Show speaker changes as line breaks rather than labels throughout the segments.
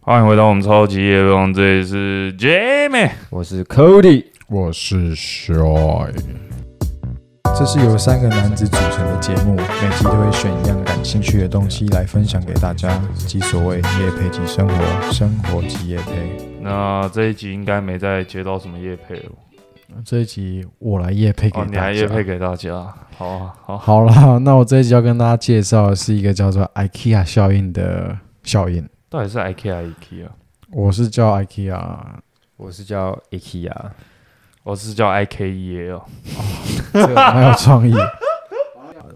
欢迎回到我们超级夜龙，这里是 Jamie。
我是 Cody，
我是 Shy，
这是由三个男子组成的节目，每集都会选一样感兴趣的东西来分享给大家，即所谓夜配即生活，生活即夜配。
那这一集应该没再接到什么夜配了，
这一集我来夜配给
哦，
大
你
家。
还夜配给大家，好啊好啊，
好啦，那我这一集要跟大家介绍的是一个叫做 IKEA 效应的效应。
到底是 E 啊 IKEA IKEA，
我是叫 IKEA，
我是叫 IKEA，
我是叫 IKEA 哦，
这个蛮有创意。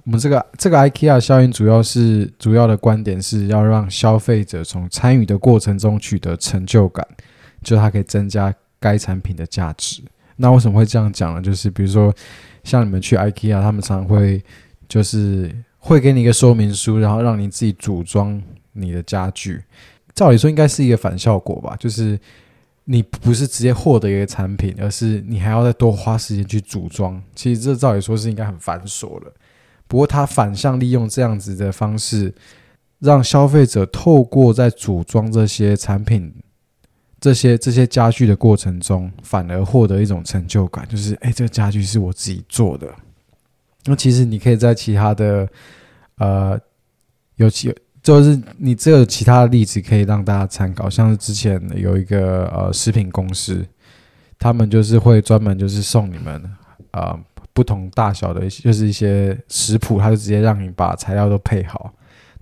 我 们这个这个 IKEA 效应主要是主要的观点是要让消费者从参与的过程中取得成就感，就它可以增加该产品的价值。那为什么会这样讲呢？就是比如说像你们去 IKEA，他们常会就是会给你一个说明书，然后让你自己组装你的家具。照理说应该是一个反效果吧，就是你不是直接获得一个产品，而是你还要再多花时间去组装。其实这照理说是应该很繁琐的，不过他反向利用这样子的方式，让消费者透过在组装这些产品、这些这些家具的过程中，反而获得一种成就感，就是哎，这个家具是我自己做的。那其实你可以在其他的呃，有其就是你这有其他的例子可以让大家参考，像是之前有一个呃食品公司，他们就是会专门就是送你们呃不同大小的一些，就是一些食谱，他就直接让你把材料都配好。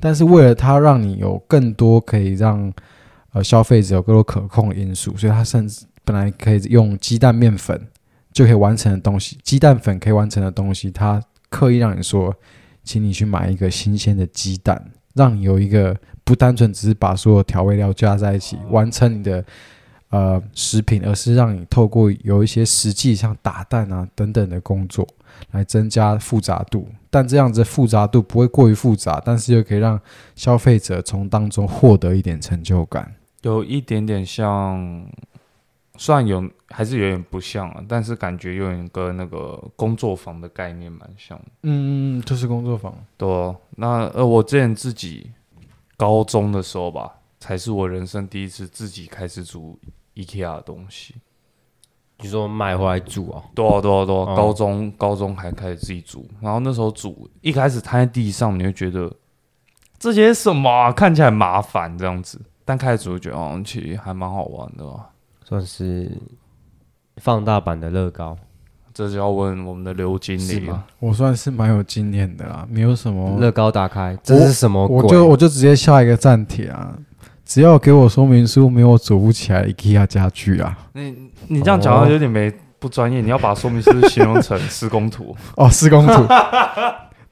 但是为了它让你有更多可以让呃消费者有更多可控的因素，所以它甚至本来可以用鸡蛋面粉就可以完成的东西，鸡蛋粉可以完成的东西，它刻意让你说，请你去买一个新鲜的鸡蛋。让你有一个不单纯只是把所有调味料加在一起完成你的呃食品，而是让你透过有一些实际像打蛋啊等等的工作来增加复杂度。但这样子复杂度不会过于复杂，但是又可以让消费者从当中获得一点成就感。
有一点点像，虽然有还是有点不像啊，但是感觉有点跟那个工作坊的概念蛮像的。
嗯，就是工作坊。
对哦、那呃，我之前自己高中的时候吧，才是我人生第一次自己开始煮 IKEA 的东西。
你说卖回来住哦？
对啊，对啊，对啊，
哦
高中高中还开始自己煮，然后那时候煮，一开始摊在地上，你会觉得这些什么啊、看起来很麻烦这样子，但开始煮就觉得哦，其实还蛮好玩的啊吧。
算是放大版的乐高，
这就要问我们的刘经
是
理
吗
了。
我算是蛮有经验的啦，没有什么
乐高打开，这是什么
我
鬼？
就我就直接下一个暂帖啊！只要给我说明书，没有我组不起来 IKEA 家具啊！
你你这样讲话有点没不专业，你要把说明书形容成施工图。
哦，施工图。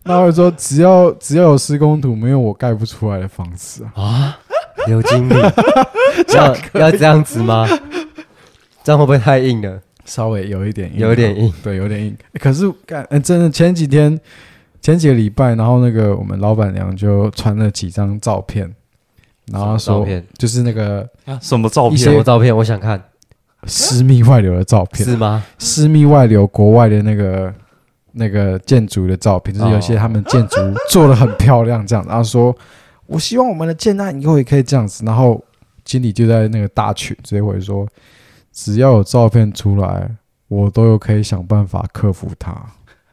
那我就说，只要只要有施工图，没有我盖不出来的房子啊！
啊，刘 经理，要要这样子吗？这样会不会太硬了？
稍微有一点硬，
有点硬，
对，有点硬。欸可是干、欸真的前几天前几个礼拜，然后那个我们老板娘就传了几张照片，然后她
什么
说
照片
就是那个
哦
什么照
一
什
些
片
么？照片？我想看，
私密外流的照片，
是吗？
私密外流国外的那个那个建筑的照片，就是有些
哦
他们建筑做的很漂亮，这样，然后说我希望我们的建案以后也可以这样子，然后经理就在那个大群直接回说，只要有照片出来，我都有可以想办法克服它，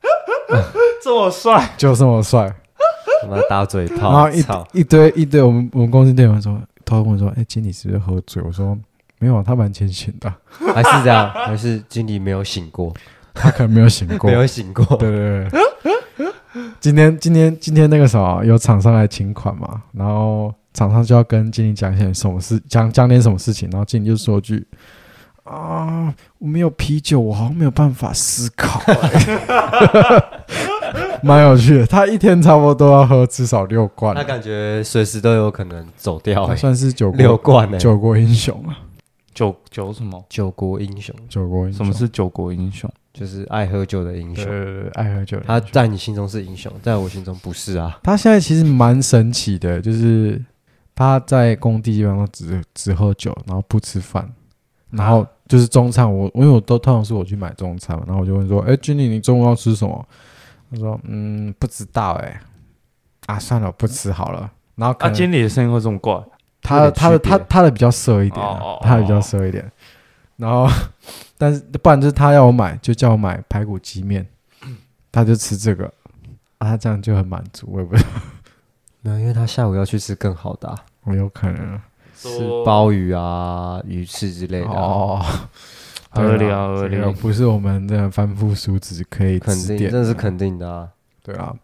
这么帅，
就这么帅。
他妈打嘴
然后
炮，
一
操！
一堆一堆我们我们公司店员说，偷偷问我说，哎、经理是不是喝醉？我说没有啊，他蛮清醒的，
还是这样，还是经理没有醒过，
他可能没有醒过
没。有醒过。
对 对对。今天今天今天那个什么，有厂商来请款嘛，然后厂商就要跟经理讲一些什么事，讲讲点什么事情，然后经理就说句啊，我没有啤酒，我好像没有办法思考、欸 蛮有趣的。他一天差不多要喝至少六罐，
他感觉随时都有可能走掉、
他
欸，
算是酒
六
国
冠欸呢、
酒国英雄啊，
九九什么？
九国英雄
酒国英
什
雄
么是九国英雄？
就是爱喝酒的英
对
雄，
对对对爱喝酒的人
他在你心中是英雄，在我心中不是啊。
他现在其实蛮神奇的，就是他在工地基本上只只喝酒，然后不吃饭，然
啊
后就是中餐我，我因为我都通常是我去买中餐嘛，然后我就问说，哎、经理你中午要吃什么？他说，嗯，不知道哎、啊算了，不吃好了。然后可
啊，
能、
经理的声音会这么怪？
他的他的他
有点区别
他的比较色一点
哦
啊、
哦哦
他的比较色一点。然后，但是不然就是他要我买，就叫我买排骨鸡面，他就吃这个，啊，他这样就很满足，我也不知道，
没有，因为他下午要去吃更好的、啊，
我有可能啊
吃鲍鱼啊、鱼翅之类的、啊，
哦，
合理
对
啊，合
这
理
个
啊。
不是我们的凡夫俗子可以
肯
指
定，
点
这
的，
是肯定的啊。
对啊。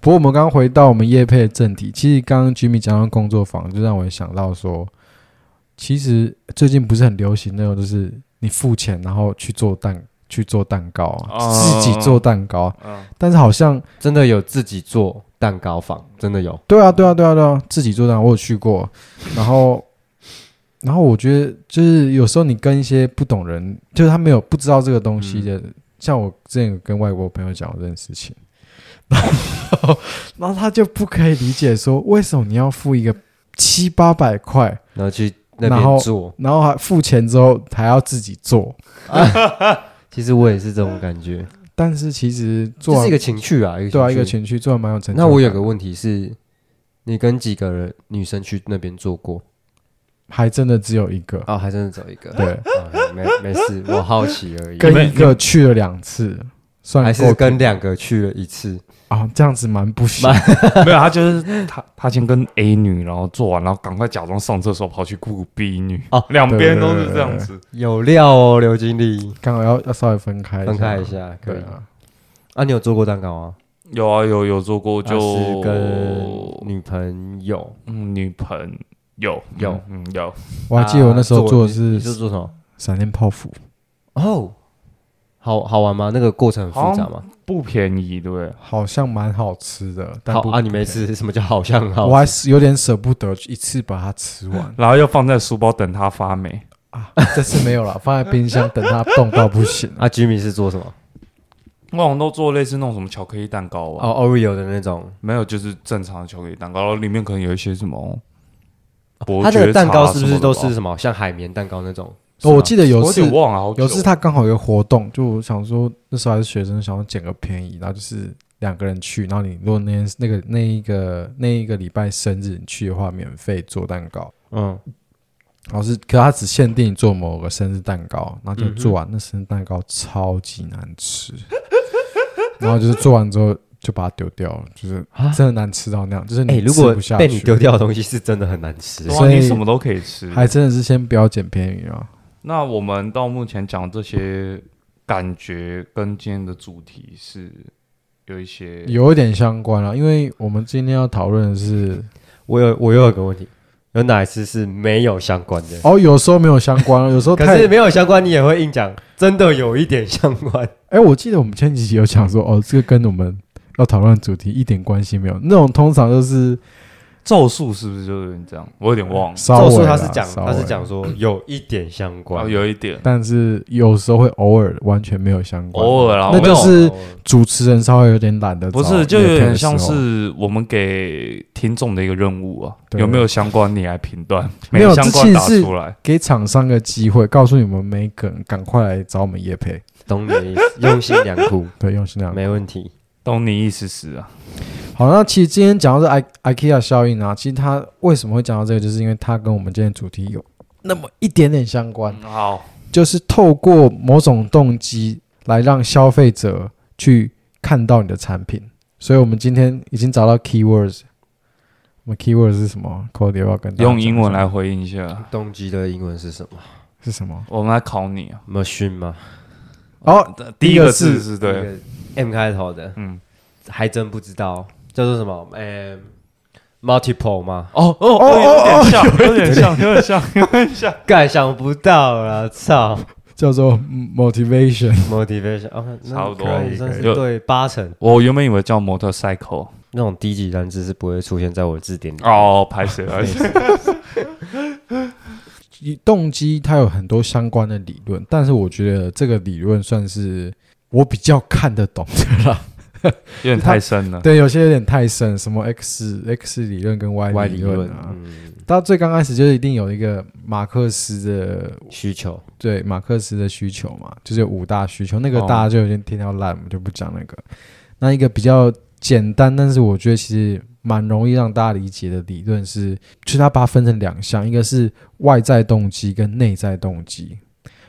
不过我们刚刚回到我们叶配的正题，其实刚刚 Jimmy 讲到工作坊，就让我想到说，其实最近不是很流行那种，就是你付钱然后去做蛋去做蛋糕啊，
哦
自己做蛋糕，啊
嗯，
但是好像
真的有自己做蛋糕坊，真的有。
对啊对啊对啊对啊，自己做蛋糕我有去过，然后。然后我觉得，就是有时候你跟一些不懂人，就是他没有不知道这个东
嗯
西的，像我之前有跟外国朋友讲过这件事情，然后然后他就不可以理解说，为什么你要付一个七八百块，
然后去那
然后
边做。
然后还付钱之后还要自己做，
其实我也是这种感觉，
但是其实做
这
完
是一个情趣啊，一个
对啊一
趣
个情绪做完蛮有成就
那
感。
我有个问题是，你跟几个人女生去那边做过？
还真的只有一个，
啊、还真的只有一个。
对，
啊没没事，我好奇而已。
跟一个去了两次，算
还
够
是跟两个去了一次，
啊这样子蛮不行 的。
没有，他就是他，他先跟 A 女，然后做完，然后赶快假装上厕所，跑去雇 B 女。
哦
两边
对
都
对
是
对
这样子。
有料哦，刘经理。
刚好要要稍微分开
分开一，下，可
对
以。
啊，
啊，你有做过蛋糕啊？
有啊，有有做过，
啊是
就
跟女朋友。
嗯女朋友
有
嗯嗯有，
我还记得我那时候
啊
做的
你你是
是
做什么？
闪电泡芙，
哦，好好玩吗？那个过程很复杂吗？
不便宜对不对？
好像蛮好吃的，但
好
不
啊，你没吃，什么叫好像好？
我还是有点舍不得一次把它吃 完
然后又放在书包等它发霉。
啊，这次没有了，放在冰箱等它冻到不行 了。
啊，Jimmy 是做什么？
我好像都做类似那种什么巧克力蛋糕啊，
哦，Oreo 的那种。
没有，就是正常的巧克力蛋糕，然后里面可能有一些什
哦
么伯
它
爵茶什么的吧。
哦那个蛋糕是不是都是什么像海绵蛋糕那种？
哦，我记得有
我有
次
点忘了，好久
有次他刚好有个活动，就我想说那时候还是学生，想要捡个便宜，然后就是两个人去，然后你如果那天那个那一个那一个礼拜生日你去的话，免费做蛋糕。
嗯，
然后是，可他只限定你做某个生日蛋糕，然后就
嗯哼
做完、那生日蛋糕超级难吃， 然后就是做完之后就把它丢掉了，就是
啊
真的难吃到那样，就是
哎、
你
如
吃
果
不下去。
被你丢掉的东西是真的很难吃
哇，
所
啊
以
你什么都可以吃。
还真的是先不要捡便宜啊！
那我们到目前讲这些感觉跟今天的主题是有一些
有一点相关啊了、因为我们今天要讨论的是，
我有我又有个问题，有哪一次是没有相关的？
哦，有时候没有相 关，啊有时候
可
太……
是没有相关，你也会硬讲，真的有一点相关。
哎，我记得我们前几集有讲说，哦，这个跟我们要讨论的主题一点关系没有，那种通常都是
咒术是不是就是这样？我有点忘了，
稍微啊
咒术
啦
他是讲
稍
他是
微
讲说有一点相关
哦，，有一点
但是有时候会偶尔完全没有相关，
偶尔啦，
那
没
就
有
是
哦
主持人稍微有点懒得
不
找叶佩的时候，
是就有点像是我们给听众的一个任务啊，
对
有没有相关你来评断，
没有
相
这
关
其实
打
是
出来。
给厂商个机会，告诉你们每个人赶快来找我们 叶配，
懂你的意思，用心良苦，
对，用心良苦。
没问题。
懂你意思是啊，
好，那其实今天讲到这 i IKEA 效应啊，其实它为什么会讲到这个，就是因为它跟我们今天的主题有那么一点点相关，
好，
就是透过某种动机来让消费者去看到你的产品。所以我们今天已经找到 keywords，我们 keywords 是什么 c o d y 要不要跟大家
用英文
讲一
来
下
回应一下，
动机的英文是什么
是什么？
我们来考你啊。
？machine 吗？
哦，
呃第
第
一
一
个
个
字
字
是对，
那个，M 开头的，
嗯，
还真不知道叫做什么，嗯，multiple 吗？
哦哦哦，有点像，有点像，有点像， 有点像。
干想不到了，操
叫做 motivation。
！motivation，哦，那
差不多
可
可
以
以
算是
可以
对八成。
我原本以为叫 motorcycle，
那种低级单词是不会出现在我的字典里。
哦，拍谁而已。
动机它有很多相关的理论，但是我觉得这个理论算是我比较看得懂的 啦。
有点太深了。
对，有些有点太深，什么 X X 理论跟 Y 理论啊。
嗯，
到最刚开始就一定有一个马克思的
嗯需求
对马克思的需求嘛，就是有五大需求，那个
哦
大家就有点听到烂，我们就不讲那个。那一个比较简单，但是我觉得其实蛮容易让大家理解的理论是，就是它把它分成两项，一个是外在动机跟内在动机。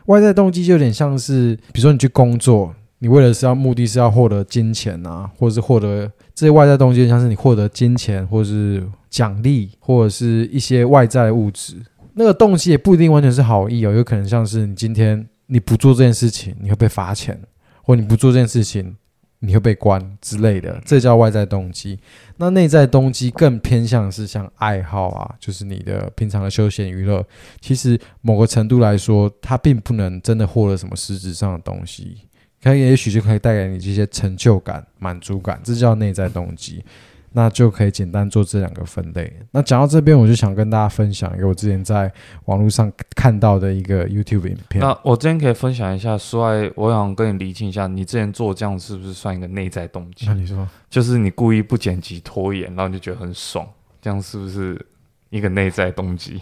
外在动机就有点像是，比如说你去工作，你为了是要目的是要获得金钱啊，或者是获得这些外在动机，像是你获得金钱，或是奖励，或者是一些外在的物质。那个动机也不一定完全是好意哦，有可能像是你今天你不做这件事情，你会被罚钱；或你不做这件事情，你会被关之类的，这叫外在动机。那内在动机更偏向是像爱好啊，就是你的平常的休闲娱乐。其实某个程度来说，它并不能真的获得什么实质上的东西，它也许就可以带给你这些成就感、满足感，这叫内在动机。那就可以简单做这两个分类。那讲到这边，我就想跟大家分享一个我之前在网络上看到的一个 YouTube 影片。
那我今天可以分享一下，说来我想跟你厘清一下，你之前做这样是不是算一个内在动机
那？你说，
就是你故意不剪辑拖延，然后你就觉得很爽，这样是不是一个内在动机？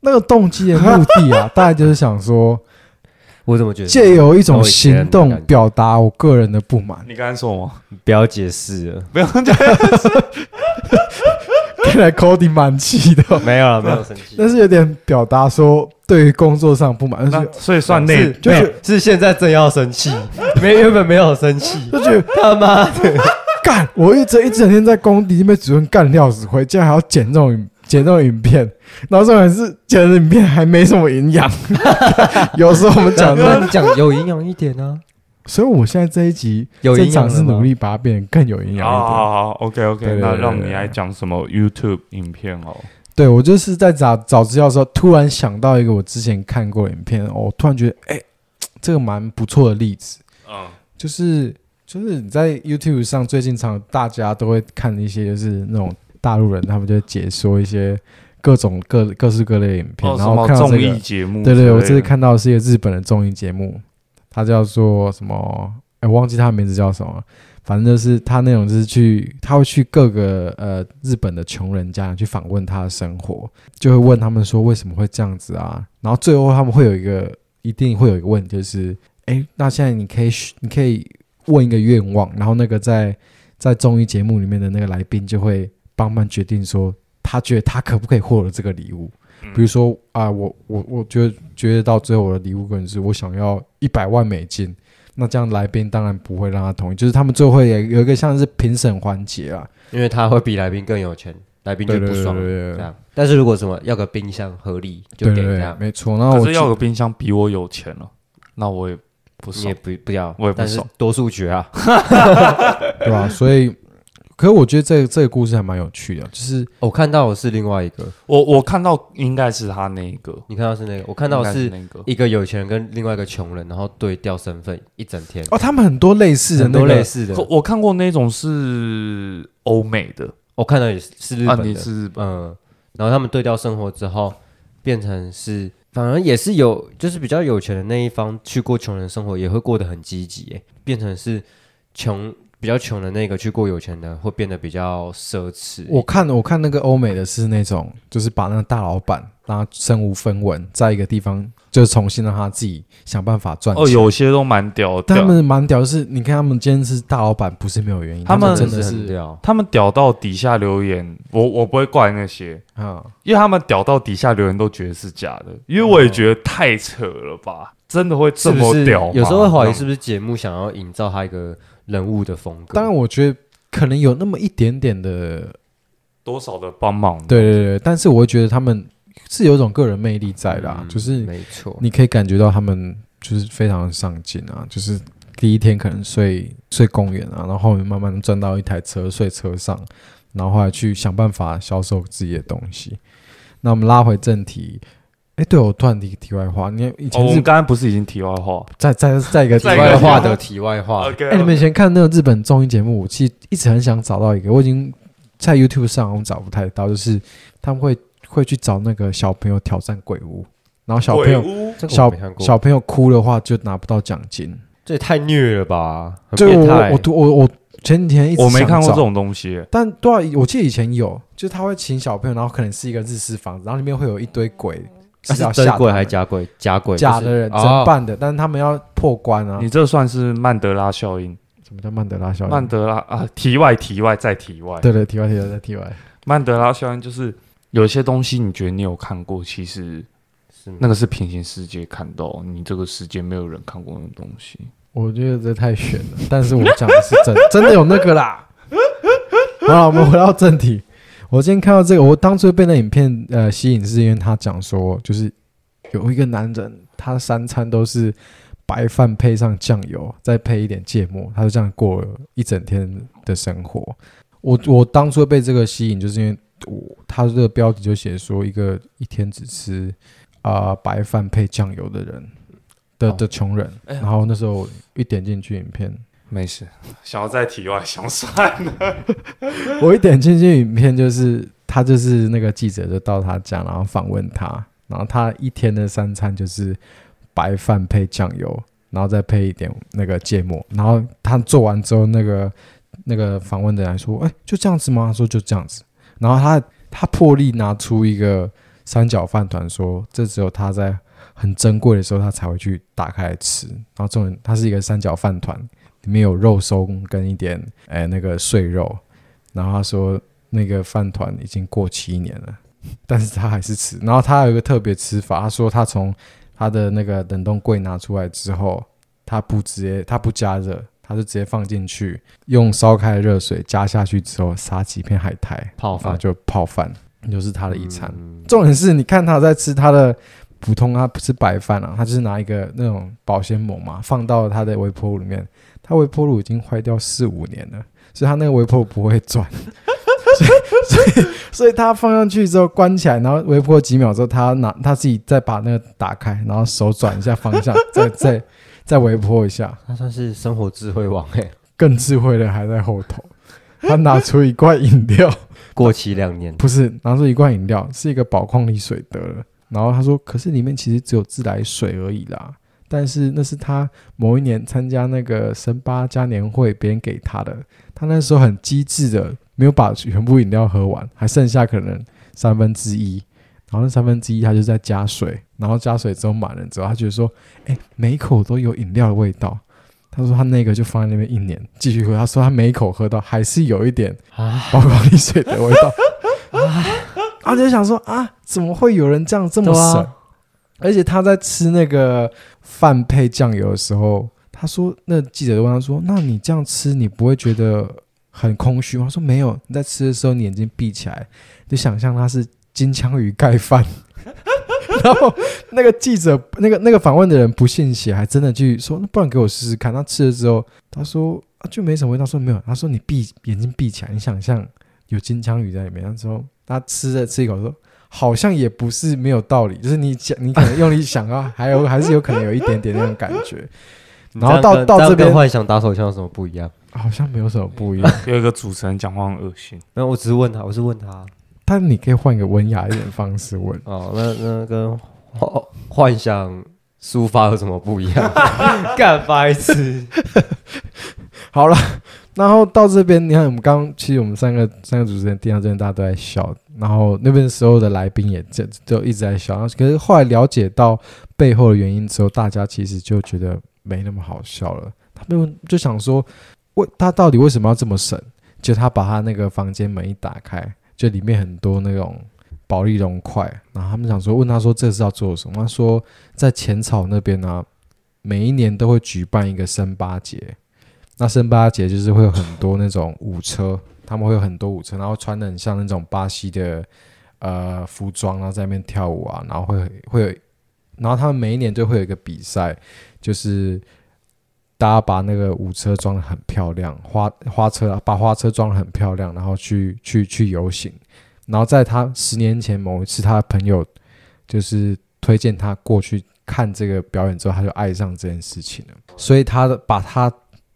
那个动机的目的啊，大概就是想 说，
我怎么觉得
借由一种行
稍微有一些那种
动
感觉
表达我个人的不满。
你刚才说我吗？
不要解释了？
不要讲，
看 来 Cody 蛮气的，
没有了，没有 生气。
但是有点表达说对于工作上不满，就
那
是
所以算
是
内
就
没有
是是现在正要生气， 没原本没有生 气，
就觉得
他妈的，
干， 我一整一整天在工地已经被主任干掉死灰，竟然还要剪这种 影剪这种影片，然后重点是剪的影片还没什么营养， 有时候我们讲
那
的，
你讲有营养一点啊，
所以我现在这一集
有
这
营养
场
了
是
吗
努力把它变得更有营养
哦好
一点。
好好，OK
对
OK，
对
那
对
让
对
你来讲什么 YouTube 影片哦？
对我就是在找找资料的时候，突然想到一个我之前看过的影片，我突然觉得，哎、这个蛮不错的例子，
嗯，
就是就是你在 YouTube 上最近常大家都会看一些就是那种大陆人，他们就会解说一些各种各各式各类的影片，
哦，什
然后
么
看到
综
这
艺
个，
节目之
对
类的？
对，我这次看到的是一个日本的综艺节目，它叫做什么？哎，我忘记它的名字叫什么了。反正就是他那种，就是去，他会去各个呃日本的穷人家去访问他的生活，就会问他们说为什么会这样子啊？然后最后他们会有一个，一定会有一个问题，就是哎，那现在你可以选你可以问一个愿望，然后那个在在综艺节目里面的那个来宾就会帮忙决定说，他觉得他可不可以获得这个礼物。比如说啊、我我我觉得觉得到最后我的礼物可能是我想要一百万美金，那这样来宾当然不会让他同意，就是他们最后会有有一个像是评审环节啊，
因为他会比来宾更有钱，来宾就不爽
对对对对
这样。但是如果什么要个冰箱合理，就
对
给
对
这
对，
样，
没错。然后
可
我
是
就
要有冰箱比我有钱了，那我也不
你
爽
也。不不要
我也，不
但是
爽
多数决啊，
对吧、所以，可是我觉得这个这个故事还蛮有趣的，就是
我看到的是另外一个，
我我看到应该是他那一个，
你看到是那个，我看到的
应
是
该那个。
一个有钱人跟另外一个穷人，然后对调身份一整天，
哦，他们很多类似的、
很
那个，
多类似的
可。我看过那种是欧美的，
我看到也是是日
啊，
本
你
的，
是日本
嗯，然后他们对调生活之后，变成是反而也是有，就是比较有钱的那一方去过穷人生活，也会过得很积极耶，变成是穷比较穷的那个去过有钱的，会变得比较奢侈。
我看我看那个欧美的是那种，就是把那个大老板让他身无分文，在一个地方就是重新让他自己想办法赚钱。
哦，有些都蛮屌的，
但他
屌
们蛮屌，就是你看他们今天是大老板，不是没有原因，
他们
真的
很
是
屌，
他们屌到底下留言，我我不会怪那些，
啊，
因为他们屌到底下留言都觉得是假的，因为我也觉得太扯了吧，真的会这么
哦是不是
屌吗
有时候会怀疑是不是节目想要营造他一个人物的风格。
当然，我觉得可能有那么一点点的，
多少的帮忙，哦
对对对，但是我会觉得他们是有一种个人魅力在啦，
嗯
就是
没错，
你可以感觉到他们就是非常上进啊，就是第一天可能睡睡公园啊，然后后面慢慢赚到一台车睡车上，然后后来去想办法销售自己的东西。那我们拉回正题，哎，对我突然提题外话，你看以
哦，
前
我
是
们刚刚不是已经题外话
再再再 一个题
再
题
一个
外
外
话
话
的
的，题外话，
？OK，
哎、你们以前
啊
看那个日本综艺节目，我其实一直很想找到一个，我已经在 YouTube 上我找不太到，就是他们会会去找那个小朋友挑战鬼屋，然后小朋友
友
这个我
小
没看过，
小朋友哭的话就拿不到奖金。
这也太虐了吧，很
就
变
我
态
我。我我我前几天一直
我没看过这
想找，
种东西，
但对啊，我记得以前有，就是他会请小朋友，然后可能是一个日式房子，然后里面会有一堆鬼，
那
要
啊是
吓
真
他
鬼还
们
是假鬼？假鬼
假的人真
哦
嗯
扮的，但是他们要破关啊
你。这算是曼德拉效应，
什么叫曼德拉效应？
曼德拉啊，题外题外再题外，
对对，题外题外再题外，
曼德拉效应就是有些东西你觉得你有看过，其实
是吗
那个是平行世界看到，你这个世界没有人看过的东西。
我觉得这太悬了。但是我讲的是真，真的有那个啦。好了，我们回到正题。我今天看到这个，我当初被那影片呃吸引，是因为他讲说，就是有一个男人，他三餐都是白饭配上酱油，再配一点芥末，他就这样过了一整天的生活。我我当初被这个吸引，就是因为我他这个标题就写说，一个一天只吃啊、白饭配酱油的人的的穷人。
哎呀
然后那时候我一点进去影片，
没事，想要在题外想算了。
我一点进去影片就是他就是那个记者就到他家，然后访问他，然后他一天的三餐就是白饭配酱油，然后再配一点那个芥末，然后他做完之后，那个那个访问的人还说，哎、就这样子吗？他说就这样子，然后他他破例拿出一个三角饭团说，这只有他在很珍贵的时候他才会去打开来吃，然后重点它是一个三角饭团。里面有肉松跟一点哎、那个碎肉，然后他说那个饭团已经过七年了， 但是他还是吃。然后他有一个特别吃法，他说他从他的那个冷冻柜拿出来之后，他不直接他不加热，他就直接放进去，用烧开的热水加下去之后，撒几片海苔，
泡
然后
饭
就泡饭，就是他的一餐。
嗯
重点是你看他在吃他的普通，他不吃白饭啊，他就是拿一个那种保鲜膜嘛，放到他的微波炉里面。他微波炉已经坏掉四五年了，所以他那个微波炉不会转。 所以，所以，所以他放上去之后关起来，然后微波几秒之后，他拿他自己再把那个打开，然后手转一下方向， 再再再微波一下。
他算是生活智慧 王哎、
更智慧的还在后头，他拿出一罐饮料，
过期两年，
不是拿出一罐饮料，是一个宝矿力水得了。然后他说，可是里面其实只有自来水而已啦。但是那是他某一年参加那个神巴嘉年会，别人给他的。他那时候很机智的，没有把全部饮料喝完，还剩下可能三分之一。然后那三分之一他就在加水，然后加水之后满了之后，他觉得说，哎，每一口都有饮料的味道。他说他那个就放在那边一年继续喝。他说他每一口喝到还是有一点
啊
宝矿力水的味道。啊，就想说啊，怎么会有人这样这么
对啊
省？而且他在吃那个饭配酱油的时候，他说，那记者问他说：“那你这样吃，你不会觉得很空虚吗？”他说：“没有，你在吃的时候，你眼睛闭起来，就想象它是金枪鱼盖饭。” 然后那个记者，那个那个访问的人不信邪，还真的去说：“那不然给我试试看。”他吃了之后，他说：“啊，就没什么味道。”他说：“没有。”他说：“你闭眼睛闭起来，你想象有金枪鱼在里面。”他说：“他吃了吃一口说。”好像也不是没有道理，就是你想，你可能用力想啊，还有还是有可能有一点点那种感觉，然后
你
到
样跟
到
样
这边
跟幻想打手枪有什么不一样？
好像没有什么 不一样。
有一个主持人讲话很恶心，
没有，我只是问他，我是问他。
但你可以换一个文雅一点的方式问
哦，那那跟幻幻想抒发有什么不一样？ 干白痴，
好了，然后到这边，你看我们刚，其实我们三个三个主持人听到这边，大家都在笑，然后那边所有的来宾也就就一直在笑，然后可是后来了解到背后的原因之后，大家其实就觉得没那么好笑了。他们就想说，为他到底为什么要这么省？就他把他那个房间门一打开，就里面很多那种保利龙块，然后他们想说，问他说这是要做什么？他说在浅草那边呢、每一年都会举办一个生八节，那生八节就是会有很多那种舞车，他们会有很多舞车，然后穿的很像那种巴西的呃服装，然后在那边跳舞啊，然后会会有，然后他们每一年都会有一个比赛，就是大家把那个舞车装的很漂亮，花花车啊把花车装的很漂亮，然后去去去游行，然后在他十年前某一次，他的朋友就是推荐他过去看这个表演之后，他就爱上这件事情了，所以他的把他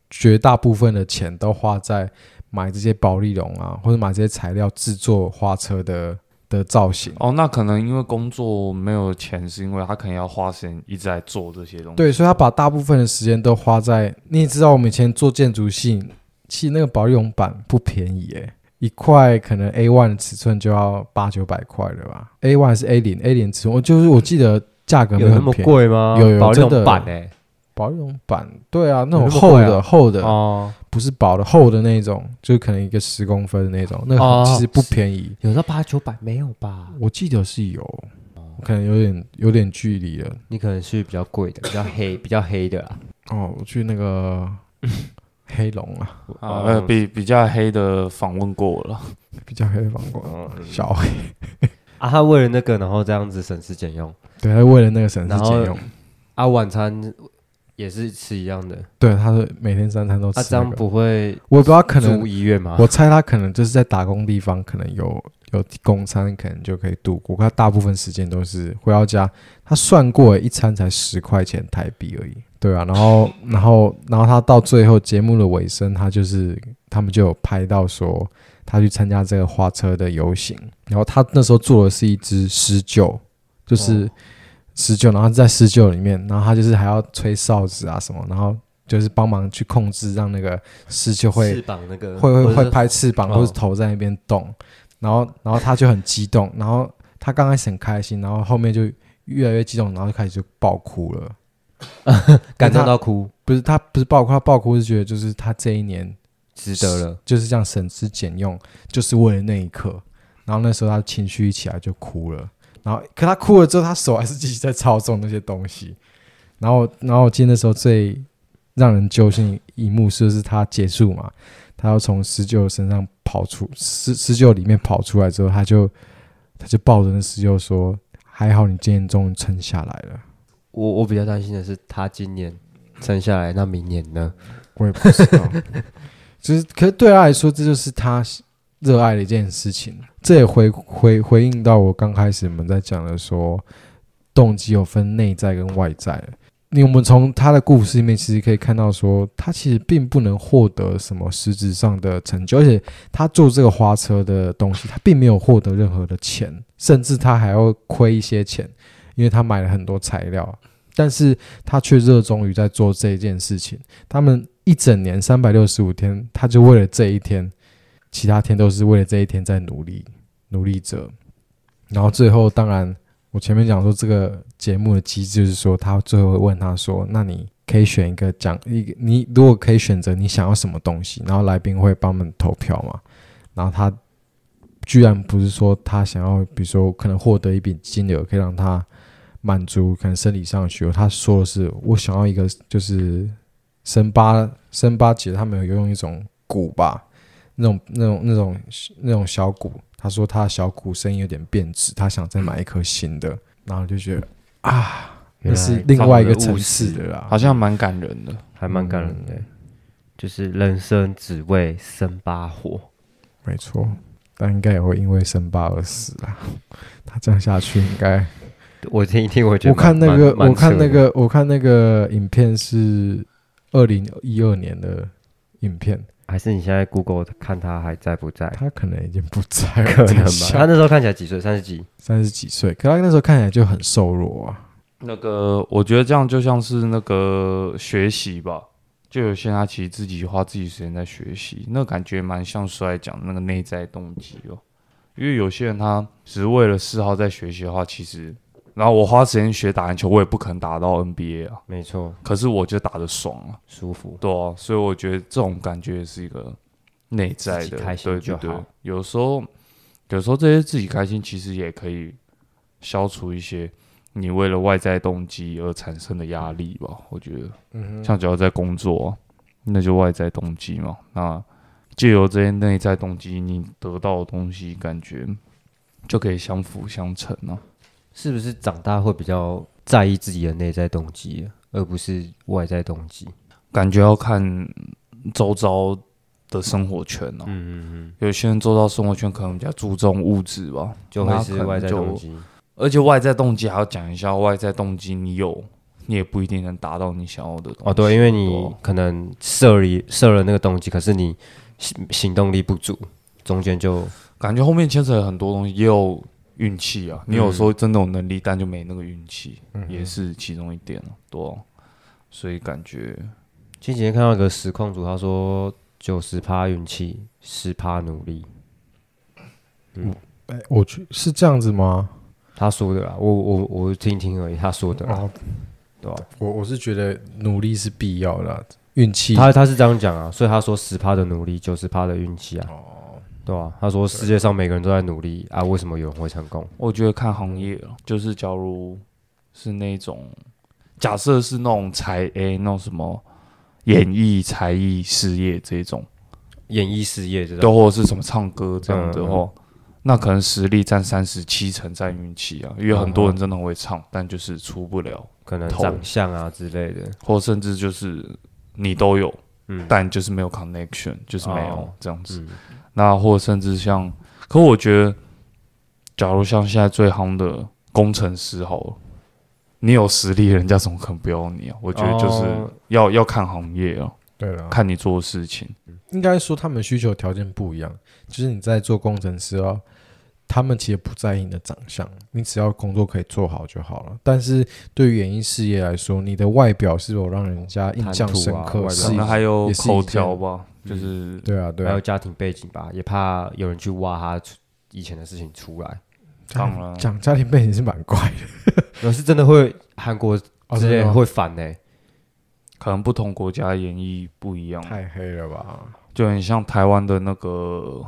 绝大部分的钱都花在买这些保丽龙啊，或者买这些材料制作花车的的造型。
哦，那可能因为工作没有钱，是因为他可能要花时间一直在做这些东西。
对，所以他把大部分的时间都花在，你也知道我们以前做建筑系，其实那个保利龙板不便宜耶，一块可能 A one 的尺寸就要八九百块了吧？A one 还是 A 零 A 零尺寸，我就是我记得价格没
有那
很
么
便宜。
贵吗？
有有
保利
真的
龙板哎、
保利龙板，对啊，那种
有那么
厚
贵啊
的厚的，
哦，
不是薄的厚的那种，就可能一个十公分的那种，那个
哦
很其实不便宜。
有到八九百没有吧？
我记得是有，我可能有点有点距离了。
你可能是比较贵的，比较黑， 比较黑的啦。
哦，我去那个 黑龙啊，
啊，呃，比比较黑的访问过我了，
比较黑的房管，
嗯
小黑，
啊，他为了那个，然后这样子省吃俭用。
对，他为了那个省吃俭
然
用
后，啊，晚餐也是吃一样的，
对，他是每天三餐都吃
啊，这样
那个
不会
我也不知道，可能
住医院吗？
我猜他可能就是在打工地方，可能有有供餐，可能就可以度过。他大部分时间都是回到家，他算过一餐才十块钱台币而已，对啊。然后，然后，然后他到最后节目的尾声，他就是他们就有拍到说他去参加这个花车的游行，然后他那时候做的是一只狮鹫，就是狮鹫，然后在狮鹫里面，然后他就是还要吹哨子啊什么，然后就是帮忙去控制，让那个狮鹫会
翅膀那个
会
或
会
者是
会拍翅膀
哦
或是头在那边动，然后然后他就很激动，然后他刚开始很开心，然后后面就越来越激动，然后就开始就爆哭 了。
感动到哭，
不是他不是爆哭，他爆哭是觉得就是他这一年
值得了。
就是这样省吃俭用，就是为了那一刻。然后那时候他情绪一起来就哭了，然后可他哭了之后，他手还是继续在操纵那些东西。然后然后我记得那时候最让人揪心一幕是就是他结束嘛，他要从狮鹫身上跑出狮狮鹫里面跑出来之后，他就他就抱着那狮鹫说：“还好你今天终于撑下来了。”
我我比较担心的是他今年生下来，那明年呢？
我也不知道， 就是，可是对他来说，这就是他热爱的一件事情。这也回回回应到我刚开始我们在讲的说，动机有分内在跟外在的。你我们从他的故事里面，其实可以看到说，他其实并不能获得什么实质上的成就，而且他做这个花车的东西，他并没有获得任何的钱，甚至他还要亏一些钱，因为他买了很多材料，但是他却热衷于在做这件事情。他们一整年三百六十五天，他就为了这一天，其他天都是为了这一天在努力，努力着。然后最后，当然，我前面讲说这个节目的机制就是说，他最后会问他说：“那你可以选一个奖，一个你如果可以选择你想要什么东西，然后来宾会帮我们投票嘛？”然后他居然不是说他想要，比如说可能获得一笔金额，可以让他满足可能生理上的需求。他说的是：“我想要一个就是森巴森巴其实他们有用一种鼓吧，那种那种那种那种小鼓。他说他的小鼓声音有点变质，他想再买一颗新的，然后就觉得啊，那是另外一个层次的啦。
好像蛮感人的。
还蛮感人
嗯
的，就是人生只为生八火。
没错，但应该也会因为森巴而死啊。 他这样下去应该，
我听一听，我觉得
我看那个
蛮蛮
我看
蛮扯
那
的
个我看那个影片是二零一二年的影片，
还是你现在 Google 看他还在不在？
他可能已经不在了，
哎 可能吧。他
吧，
那时候看起来几岁？三十几？
三十几岁，可他那时候看起来就很瘦弱啊。
那个，我觉得这样就像是那个学习吧，就有些他其实自己花自己时间在学习，那感觉蛮像衰讲的那个内在动机哦。因为有些人他只是为了嗜好在学习的话，其实，然后我花时间学打篮球，我也不可能打到 NBA 啊，
没错，
可是我就打得爽啊，
舒服。
对啊，所以我觉得这种感觉也是一个内在
自
的，
己开心
对
就
对对
好。
有时候，有时候这些自己开心，其实也可以消除一些你为了外在动机而产生的压力吧。我觉得，
嗯
像只要在工作啊、那就外在动机嘛。那借由这些内在动机，你得到的东西，感觉就可以相辅相成啊。
是不是长大会比较在意自己的内在动机，而不是外在动机？
感觉要看周遭的生活圈哦、嗯嗯嗯，有些人周遭生活圈可能比较注重物质吧，
就会是外在
那可
动
能就，
机。
而且外在动机还要讲一下，外在动机你有，你也不一定能达到你想要的东西。
哦，对，因为
对
你
啊
可能设了设了那个动机，可是你行行动力不足，中间就
感觉后面牵扯了很多东西，也有运气
嗯
啊。你有时候真的有能力，但就没那个运气，也是其中一点啊。对啊、所以感觉
前几天看到一个实况主，他说九十趴运气，十趴努力，
哎我去是这样子吗？
他说的啦，我我我听听而已，他说的啦，
哦，
对吧、
我我是觉得努力是必要的啊、运气。
他他是这样讲啊，所以他说十趴的努力，九十趴的运气啊，
哦
对吧、他说世界上每个人都在努力啊，为什么有人会成功？
我觉得看行业了，就是假如是那种，假设是那种才诶、那种什么演艺、才艺、事业这种，
演艺事业这种，
又或者是什么唱歌这样的
嗯嗯
话，那可能实力占三十七成，占运气啊，因为很多人真的很会唱，但就是出不了，
可能
头
长相啊之类的，
或甚至就是你都有，
嗯，
但就是没有 connection，就是没有
哦
这样子。
嗯
那或甚至像，可我觉得，假如像现在最夯的工程师好了，你有实力，人家怎么可能不要你啊？我觉得就是
哦
要、要看行业啊，
对了，
看你做的事情。
应该说他们需求条件不一样，就是你在做工程师哦，他们其实不在意你的长相，你只要工作可以做好就好了。但是对于演艺事业来说，你的外表是否让人家印象深
谈吐
刻，
啊
可
是一
哦能还有
也是一件
口条吧，就是
对啊，对
还有
啊，
家庭背景吧，也怕有人去挖他出以前的事情出来。
当
啊
然
讲家庭背景是蛮怪的，
有是真的会韩国
哦
之
真
类
的吗
会反呢、欸，
可能不同国家演绎不一样，
太黑了吧？
就很像台湾的那个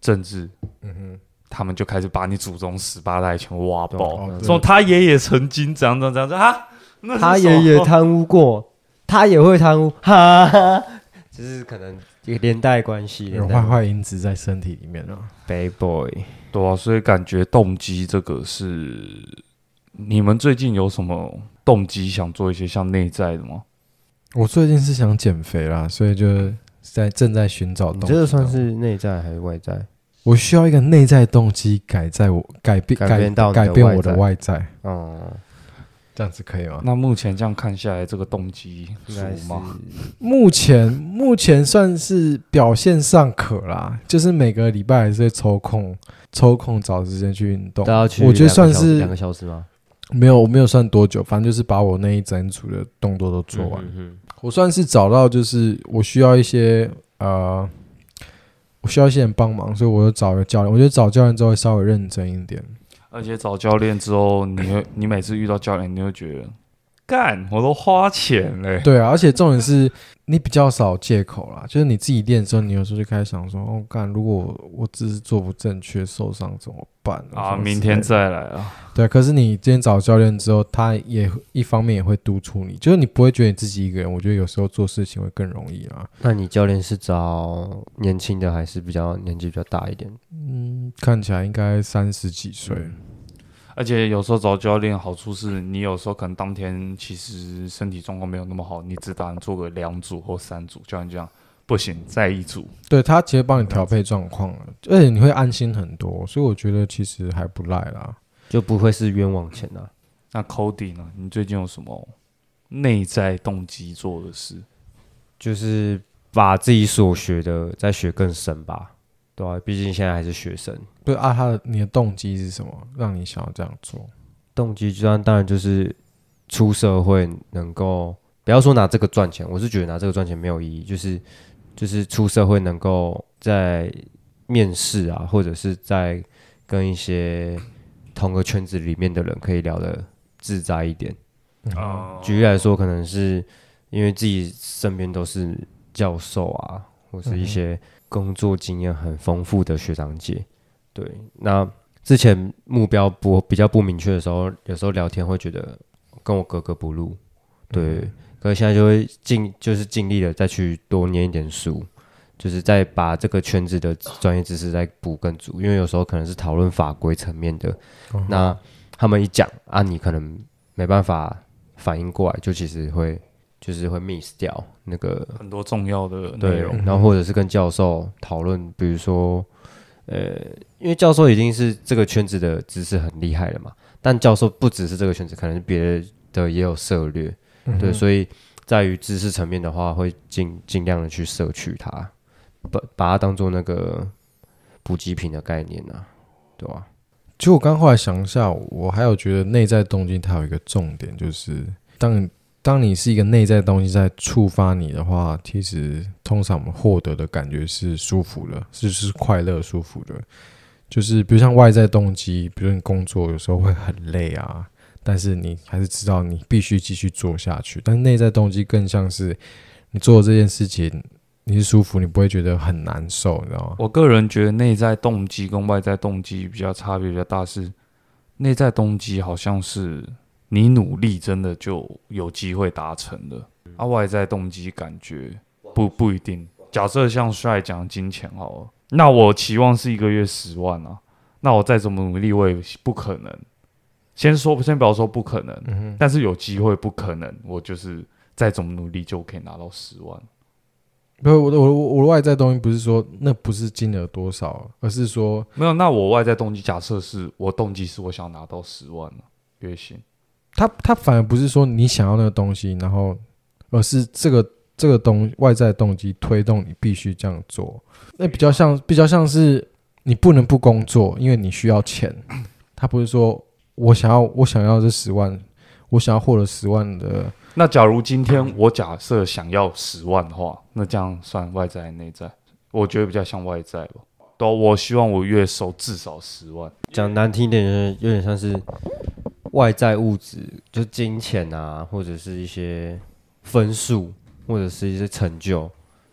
政治，
嗯哼，
他们就开始把你祖宗十八代全部挖爆，
哦对
说他爷爷曾经怎样怎样怎样啊，那是
他
什么
爷爷贪污过，他也会贪污，哈哈哈， 只是可能有连带关系。
有
连
坏
带
坏因子在身体里面啊。
，Bad Boy，
对啊，所以感觉动机这个是你们最近有什么动机想做一些像内在的吗？
我最近是想减肥啦，所以就是在正在寻找
你
动机。哦
这个算是内在还是外在？
我需要一个内在动机，改在我改变
改变到你的
改变我
外
的
在
外在，
哦、
这样子可以吗？
那目前这样看下来，这个动机
应
属
该是
吗？
目前目前算是表现尚可啦，就是每个礼拜还是会抽空抽空找时间去运动
都。要去两
我
个小时，
觉得算是
两个小时吗？
没有，我没有算多久，反正就是把我那一整组的动作都做完。
嗯哼
我算是找到，就是我需要一些呃，我需要一些人帮忙，所以我就找了教练。我觉得找教练之后会稍微认真一点。
而且找教练之后，你会你每次遇到教练，你会觉得干我都花钱嘞、
对啊，而且重点是你比较少借口啦，就是你自己练的时候，你有时候就开始想说，哦，干，如果我我姿势做不正确，受伤怎么办
啊，明天
再。
再来啊，
对，可是你今天找教练之后，他也一方面也会督促你，就是你不会觉得你自己一个人。我觉得有时候做事情会更容易啊啦。
那你教练是找年轻的还是比较年纪比较大一点？
嗯，看起来应该三十几岁，
而且有时候找教练好处是你有时候可能当天其实身体状况没有那么好，你只打算做个两组或三组，教练这样不行，再一组。
对他直接帮你调配状况了，而且你会安心很多，所以我觉得其实还不赖啦。
就不会是冤枉钱啊。
那 Cody 呢？你最近有什么内在动机做的事？
就是把自己所学的再学更深吧，对啊，毕竟现在还是学生，
不是啊，他的你的动机是什么，让你想要这样做？
动机就算当然就是出社会能够，不要说拿这个赚钱，我是觉得拿这个赚钱没有意义，就是就是出社会能够在面试啊，或者是在跟一些同个圈子里面的人可以聊得自在一点。
啊、
举例来说，可能是因为自己身边都是教授啊，或是一些工作经验很丰富的学长姐。对，那之前目标不比较不明确的时候，有时候聊天会觉得跟我格格不入。对，可是现在就会尽就是尽力的再去多念一点书。就是再把这个圈子的专业知识再补更足，因为有时候可能是讨论法规层面的，
哦
那他们一讲啊，你可能没办法反应过来，就其实会就是会 miss 掉那个
很多重要的内
对，
容。
然后或者是跟教授讨论，比如说，呃，因为教授已经是这个圈子的知识很厉害了嘛，但教授不只是这个圈子，可能别的也有涉略，
嗯
对，所以在于知识层面的话，会尽尽量的去摄取它，把把它当做那个补给品的概念啊，对吧、
其实我刚后来想一下，我还有觉得内在动机它有一个重点，就是当你当你是一个内在东西在触发你的话，其实通常我们获得的感觉是舒服的，是是快乐舒服的。就是比如像外在动机，比如你工作有时候会很累啊，但是你还是知道你必须继续做下去。但是内在动机更像是你做的这件事情，你是舒服，你不会觉得很难受，你知道吗？
我个人觉得内在动机跟外在动机比较差别比较大是，内在动机好像是你努力真的就有机会达成的，啊，外在动机感觉不不一定。假设像帅讲金钱好了，那我期望是一个月十万啊，那我再怎么努力我也不可能。先说先不要说不可能，但是有机会不可能，我就是再怎么努力就可以拿到十万。
不是我的我的我的外在东西不是说那不是金额多少，而是说
没有，那我外在动机假设是我动机是我想拿到十万啊月薪，
他他反而不是说你想要那个东西，然后而是这个这个东外在动机推动你必须这样做。那比较像比较像是你不能不工作，因为你需要钱。他不是说我想要我想要这十万，我想要获得十万的，
那假如今天我假设想要十万的话，那这样算外在还是内在？我觉得比较像外在吧。对啊，我希望我月收至少十万。
讲难听一点，就是有点像是外在物质，就金钱啊，或者是一些分数，或者是一些成就，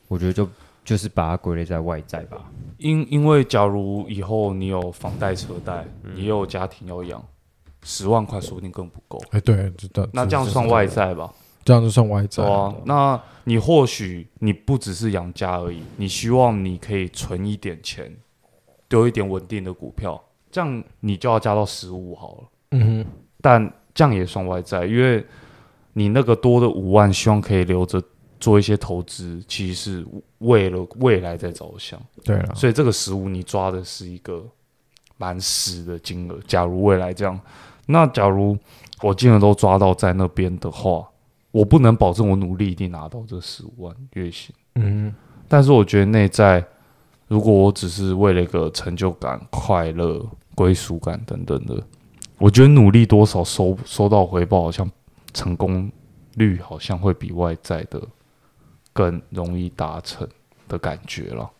我觉得就就是把它归类在外在吧。
因因为假如以后你有房贷车贷，你也有家庭要养，十万块说不定更不够。
哎，对，知道。
那这样算外在吧？
这样就算外在
对。啊，那你或许你不只是养家而已，你希望你可以存一点钱，丢一点稳定的股票，这样你就要加到十五好了。
嗯哼，
但这样也算外债，因为你那个多的五万，希望可以留着做一些投资，其实是为了未来在着想。
对啊了，
所以这个十五你抓的是一个蛮实的金额。假如未来这样，那假如我金额都抓到在那边的话，我不能保证我努力一定拿到这十五万月薪。
嗯
但是我觉得内在，如果我只是为了一个成就感、快乐、归属感等等的，我觉得努力多少收收到回报，好像成功率好像会比外在的更容易达成的感觉了，
哼，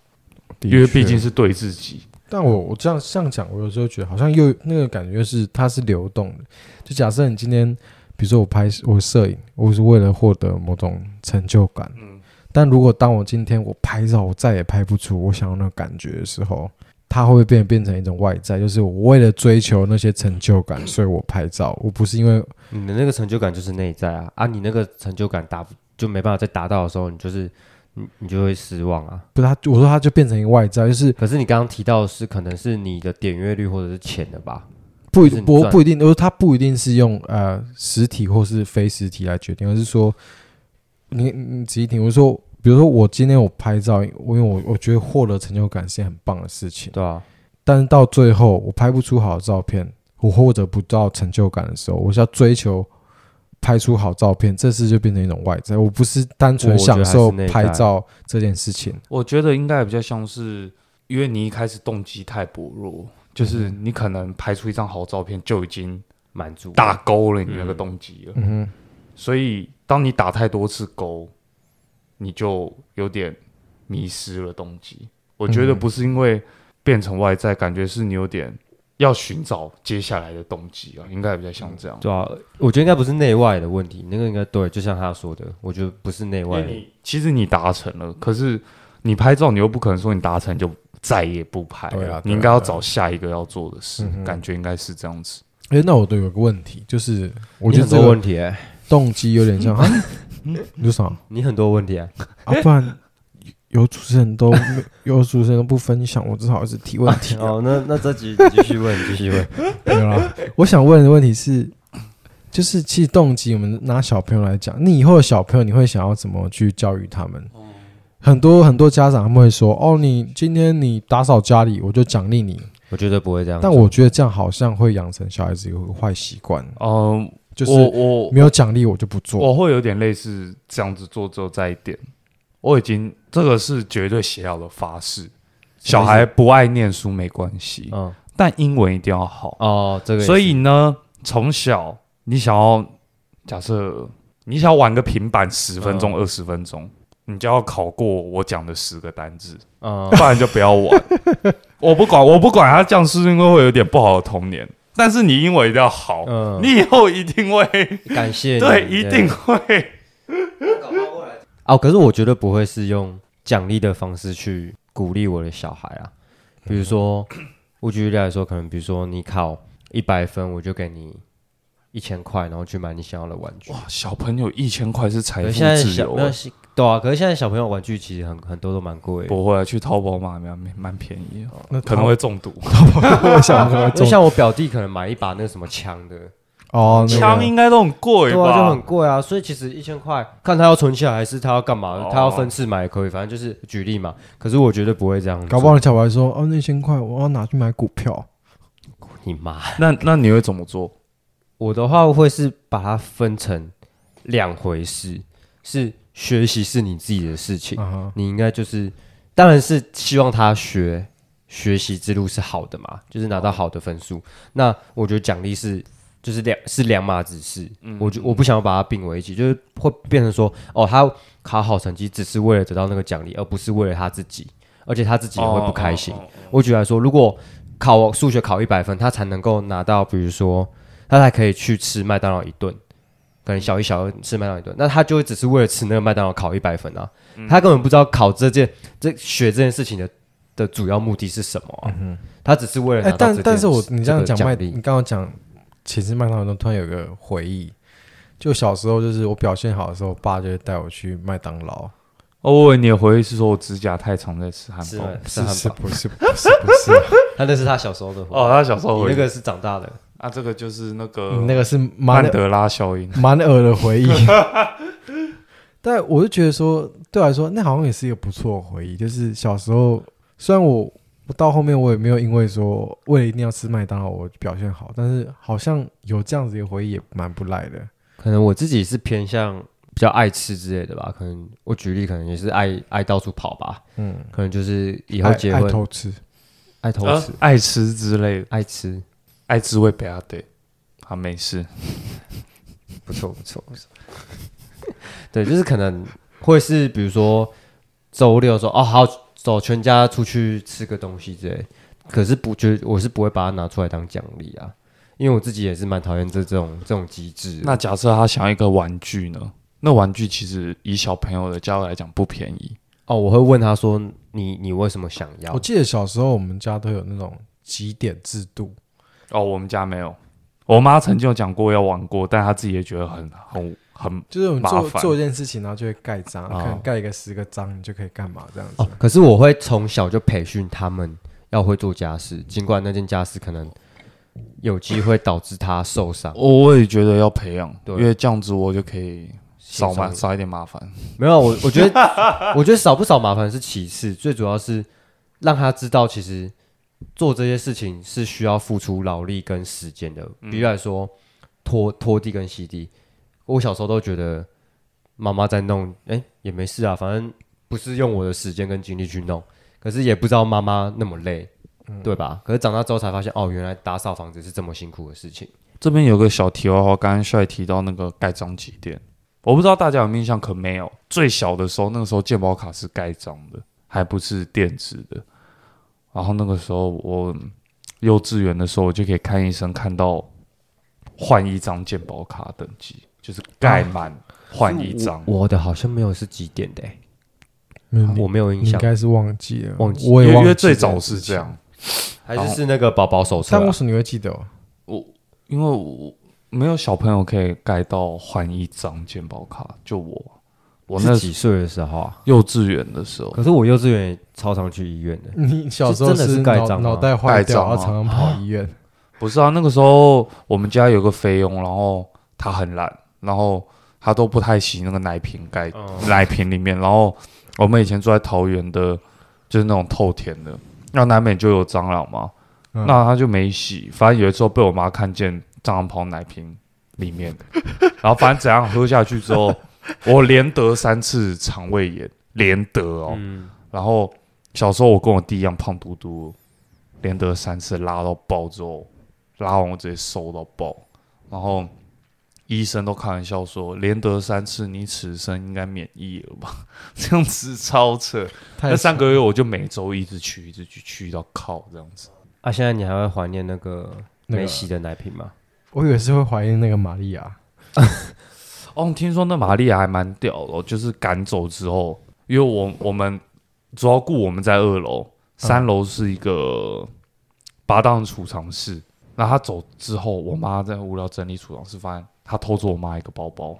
的
因为毕
确
竟是对自己。
但我我这样这样讲，我有时候觉得好像又那个感觉是它是流动的。就假设你今天，比如说我拍我摄影，我是为了获得某种成就感。
嗯
但如果当我今天我拍照，我再也拍不出我想要那个感觉的时候，它会不会变变成一种外在？就是我为了追求那些成就感，所以我拍照，我不是因为
你的那个成就感就是内在啊，啊，你那个成就感达不就没办法再达到的时候，你就是你你就会失望啊。
不是他，我说它就变成一个外在，就是
可是你刚刚提到的是，可能是你的点阅率或者是钱的吧？
不一
就是你
不
赚
不一定，就是它不一定是用呃实体或是非实体来决定，而是说你你仔细听，我说，比如说我今天我拍照，我因为我我觉得获得成就感是一件很棒的事情，
对啊，
但是到最后我拍不出好的照片，我获得不到成就感的时候，我是要追求拍出好照片，这事就变成一种外在，我不是单纯
我觉
享
得还是
受
内
拍
在
照这件事情。
我觉得应该比较像是，因为你一开始动机太薄弱，
嗯
就是你可能拍出一张好照片就已经
满足
打勾了你那个动机了。
嗯哼，
所以当你打太多次勾，你就有点迷失了动机。我觉得
嗯
不是因为变成外在，感觉是你有点要寻找接下来的动机啊，应该比较像这样。
对啊，我觉得应该不是内外的问题，那个应该对，就像他说的，我觉得不是内
因
外
为
的
你其实你达成了，可是你拍照，你又不可能说你达成就再也不拍了，
对啊对啊
你应该要找下一个要做的事，
嗯哼
感觉应该是这样子。
诶，那我都有个问题，就是我
你
觉得
很
这
多
个
问题、欸，
动机有点像，啊 你说啥？
你很多问题、欸，
啊，不然有主持人 都没有主持人都不分享，我只好一直提问 题、啊。
哦，那那这集你继续问，继续问，
没有啦， 我想问的问题是，就是其实动机，我们拿小朋友来讲，你以后的小朋友，你会想要怎么去教育他们？
哦
很多很多家长他们会说：“哦，你今天你打扫家里，我就奖励你。
嗯
我绝对不会这”样。
但我觉得这样好像会养成小孩子有个坏习惯，
嗯，
就是
我我
没有奖励我就不做。
我会有点类似这样子做之后再一点，我已经这个是绝对写好的发誓。小孩不爱念书没关系，
嗯，
但英文一定要好。
哦，这个也是，
所以呢，从小你想要假设你想要玩个平板十分
嗯
钟、二十分钟，你就要考过我讲的十个单字，
嗯，
不然就不要 玩。我不管，我不管他这样是因为会有点不好的童年，但是你英文一定要好，
嗯
你以后一定会，
感谢你，
对，一定会。
啊哦，可是我绝对不会是用奖励的方式去鼓励我的小孩啊。比如说，我举例来说，可能比如说你考一百分，我就给你一千块，然后去买你想要的玩具。
哇，小朋友一千块是财
可
富
是现在
自
小
由
没有
啊，
是对啊，可是现在小朋友玩具其实很很多都蛮贵的。
不会啊去淘宝买蛮蛮便宜的，
那
可能会中 毒。
我想说
就
中
像我表弟可能买一把那个什么枪的，
哦，那个
枪应该都很贵
对啊，就
吧
很？贵啊。所以其实一千块，看他要存起来还是他要干嘛，
哦
他要分次买也可以，反正就是举例嘛。可是我绝对不会这样做。
搞不好你小白说哦，那千块我要拿去买股票，
你妈！
那那你会怎么做？
我的话会是把它分成两回事，是学习是你自己的事情，
啊哈
你应该就是，当然是希望他学学习之路是好的嘛，就是拿到好的分数。那我觉得奖励是就是两是两码子事，我就我不想要把它并为一起，就是会变成说，哦，他考好成绩只是为了得到那个奖励，而不是为了他自己，而且他自己也会不开心。
哦哦哦
我举例来说，如果考数学考一百分，他才能够拿到，比如说他才可以去吃麦当劳一顿，可能小一、小二吃麦当劳一顿，那他就会只是为了吃那个麦当劳考一百分啊，他根本不知道考这件这学这件事情的的主要目的是什么啊，他只是为了拿
哎
到，
但
这件
但是我
这个
你这样讲
奖
麦，
励
你刚刚讲，其实麦当劳中突然有个回忆，就小时候就是我表现好的时候，我爸就会带我去麦当劳，
哦，我以为你的回忆是说我指甲太长在吃汉
是
堡。
哦是
是
汉
是
堡，
不是不是不是，
他那是他小时候的回忆，
哦，他小时候
你
回
那
忆
个是长大的，
啊，这个就是那个
你那个是蛮
曼德拉效 应。
蛮恶的 回忆。但我就觉得说，对我来说，那好像也是一个不错的回忆。就是小时候，虽然我我到后面我也没有因为说为了一定要吃麦当劳我表现好，但是好像有这样子一个回忆也蛮不赖的。
可能我自己是偏向。比较爱吃之类的吧，可能我举例，可能也是爱爱到处跑吧，
嗯，
可能就是以
以
后结
爱
婚
偷吃，
爱偷
呃
吃，
爱吃之类的，
爱吃，
爱吃会被他对。啊，没事，
不错不错不 错。对，就是可能会是比如说周六说哦好走全家出去吃个东西之类，可是不觉我是不会把它拿出来当奖励啊，因为我自己也是蛮讨厌这这种这种机制的。
那假设他想要一个玩具呢？那玩具其实以小朋友的价位来讲不便宜，
哦，我会问他说你你为什么想要
我？记得小时候我们家都有那种几点制度，
哦，我们家没有。我妈曾经有讲过要玩过，但她自己也觉得很很很
就是我们
麻
做
烦
做一件事情，然后就会盖章，
哦
可能盖一个十个章，你就可以干嘛这样子
哦。，可是我会从小就培训他们要会做家事，尽管那件家事可能有机会导致他受伤。
我我也觉得要培养，
对
因为这样子我就可以少
心
麻
伤
少一点麻烦。
没有，啊我我觉得，我觉得 少不少麻烦是其次，最主要是让他知道，其实做这些事情是需要付出劳力跟时间的。比如来说，拖拖地跟洗地，我小时候都觉得妈妈在弄，哎、也没事啊，反正不是用我的时间跟精力去弄，可是也不知道妈妈那么累，对吧？可是长大之后才发现，哦，原来打扫房子是这么辛苦的事情。
这边有个小题外话，刚刚帅提到那个盖章几点，我不知道大家有没有印象，可没有。最小的时候，那个时候健保卡是盖章的，还不是电子的。然后那个时候我嗯幼稚园的时候，我就可以看医生，看到换一张健保卡等级，就是盖满换一张。
我的好像没有是几点的、欸
嗯
我没有印
你应
象，
该是忘记了，
忘记
我
因
也
为
忘
因
记
为最
这件
早是
事
这
情
样，
还是是那个宝宝手册、
但
啊
为。什么你会记得哦？
因为我没有小朋友可以盖到换一张健保卡，就我我那
是几岁的时候啊？
幼稚园的时候，
可是我幼稚园也超常去医院的，
你小时候
真的是盖
脑
章吗
脑袋坏
盖
掉，
章
然后
吗
常常跑医 院。
不是啊，那个时候我们家有个菲佣，然后他很懒，然后他都不太洗那个奶瓶盖、奶瓶里面。然后我们以前住在桃园的，就是那种透天的，那难免就有蟑螂嘛，
嗯
那他就没洗。反正有一次被我妈看见蟑螂跑奶瓶里面， 然后反正怎样喝下去之后，我连得三次肠胃炎，连得哦。然后小时候我跟我弟一样胖嘟嘟，连得三次拉到爆之后，拉完我直接瘦到爆，然后医生都开玩笑说，连得三次你此生应该免疫了吧？ 这样子超扯。
太
那三个月我就每周一直去，一直去，去到靠这样子。
啊，现在你还会怀念那个
那个
没洗的奶瓶吗？
我以为是会怀念那个玛利亚，
哦，听说那玛利亚还蛮屌的哦，就是赶走之后，因为我我们主要雇我们在二楼，三楼是一个八档储藏室。那他走之后，我妈在无聊整理储藏室，发现他偷走我妈一个包包。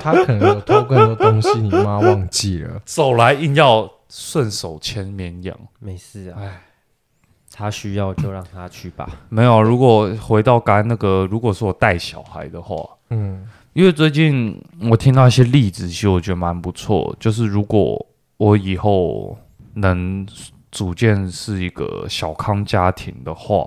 他可能有偷更多东西，你妈忘记了。
走来硬要顺手牵绵羊。
没事啊，
哎，
他需要就让他去吧。
没有。啊如果回到刚才那个，如果说我带小孩的话，
嗯，
因为最近我听到一些例子，其实我觉得蛮不错。就是如果我以后能组建是一个小康家庭的话，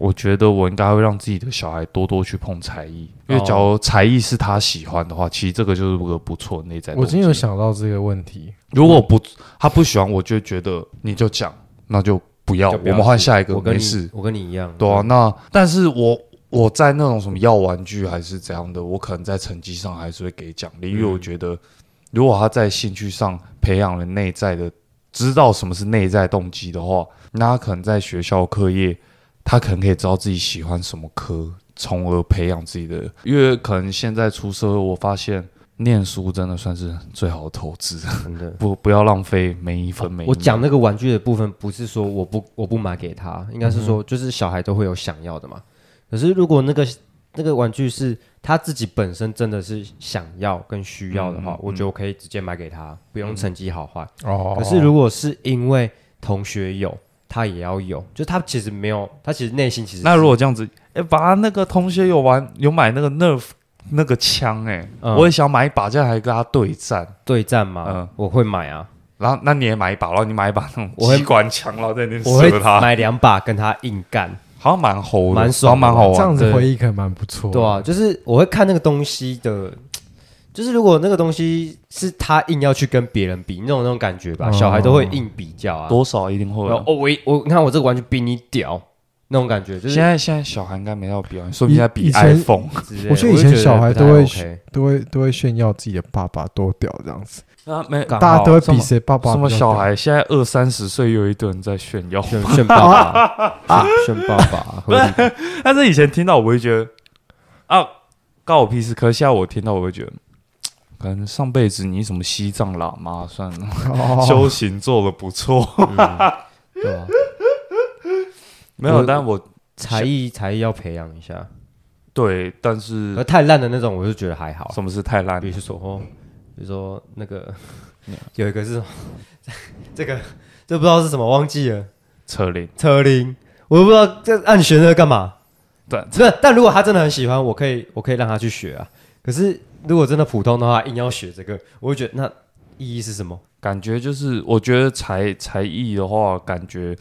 我觉得我应该会让自己的小孩多多去碰才艺，因为
哦
假如才艺是他喜欢的话，其实这个就是个不错的内在。
我今天有，想到这个问题，
如果不他不喜欢，我就觉得你就讲，那就不要，
就不要
我们换下一个，
我跟
没
你嗯
事。
我跟你一样，
对啊，那但是我我在那种什么要玩具还是怎样的，我可能在成绩上还是会给奖励，因为我觉
嗯
得如果他在兴趣上培养了内在的，知道什么是内在动机的话，那他可能在学校课业，他可能可以知道自己喜欢什么科，从而培养自己的。因为可能现在出社会，我发现。念书真的算是最好的投资，
真的。啊
不不要浪费每一
哦
分每一秒。
我讲那个玩具的部分，不是说我不我不买给他，应该是
嗯
说就是小孩都会有想要的嘛。可是如果那个那个玩具是他自己本身真的是想要跟需要的话，
嗯嗯
我觉得我可以直接买给他，不用成绩好坏。
哦
可是如果是因为同学有，他也要有，就他其实没有，他其实内心其实
那如果这样子，哎、把那个同学有玩有买那个 Nerf 那个枪、欸，哎、
嗯
我也想买一把，这样还跟他对战。
对战嘛，
嗯
我会买啊，
然后，那你也买一把，然后你买一把那
我
种
会
机关枪，然后在那边
我会
射他，
买两把跟他硬干。
好像蛮猴的，
蛮爽的
好像蛮好
这样
玩
子
的。
回忆可能蛮不
哦
错。
对啊，，就是我会看那个东西的，就是如果那个东西是他硬要去跟别人比，那种那种感觉吧，
哦
小孩都会硬比较啊。
多少一定会
然后
有。
哦，我一我你看我这个玩具比你屌，那种感觉就是
现在现在小孩应该没到比啊，说不定
以
在比
以前
iPhone。
之类的。
我觉得以
就
前小孩
不太
都会
OK
都会都会炫耀自己的爸爸多屌这样子，
啊，没，
刚
大家都会
什么
比谁爸爸
什么
比较屌
小。孩现在二三十岁又有一堆人在炫耀。
炫炫爸爸啊，炫炫爸爸合理吧，
但是以前听到我会觉得啊，关我屁事。可是现在我听到我会觉得，可能上辈子你什么西藏喇嘛算了。
哦，
修行做的不错。
对啊，
没有，
我
但我
才艺才艺要培养一下，
对，但
可
是
太烂的那种，我就觉得还好。
什么是太烂
比？如说，哦，比如说那个 有一个是什么这个这不知道是什么，忘记了。
扯铃，
车铃，我不知道这按学那个干嘛。
对
不是，但如果他真的很喜欢，我可以我可以让他去学啊。可是如果真的普通的话，硬要学这个，我会觉得那意义是什么？
感觉就是我觉得才才艺的话，感觉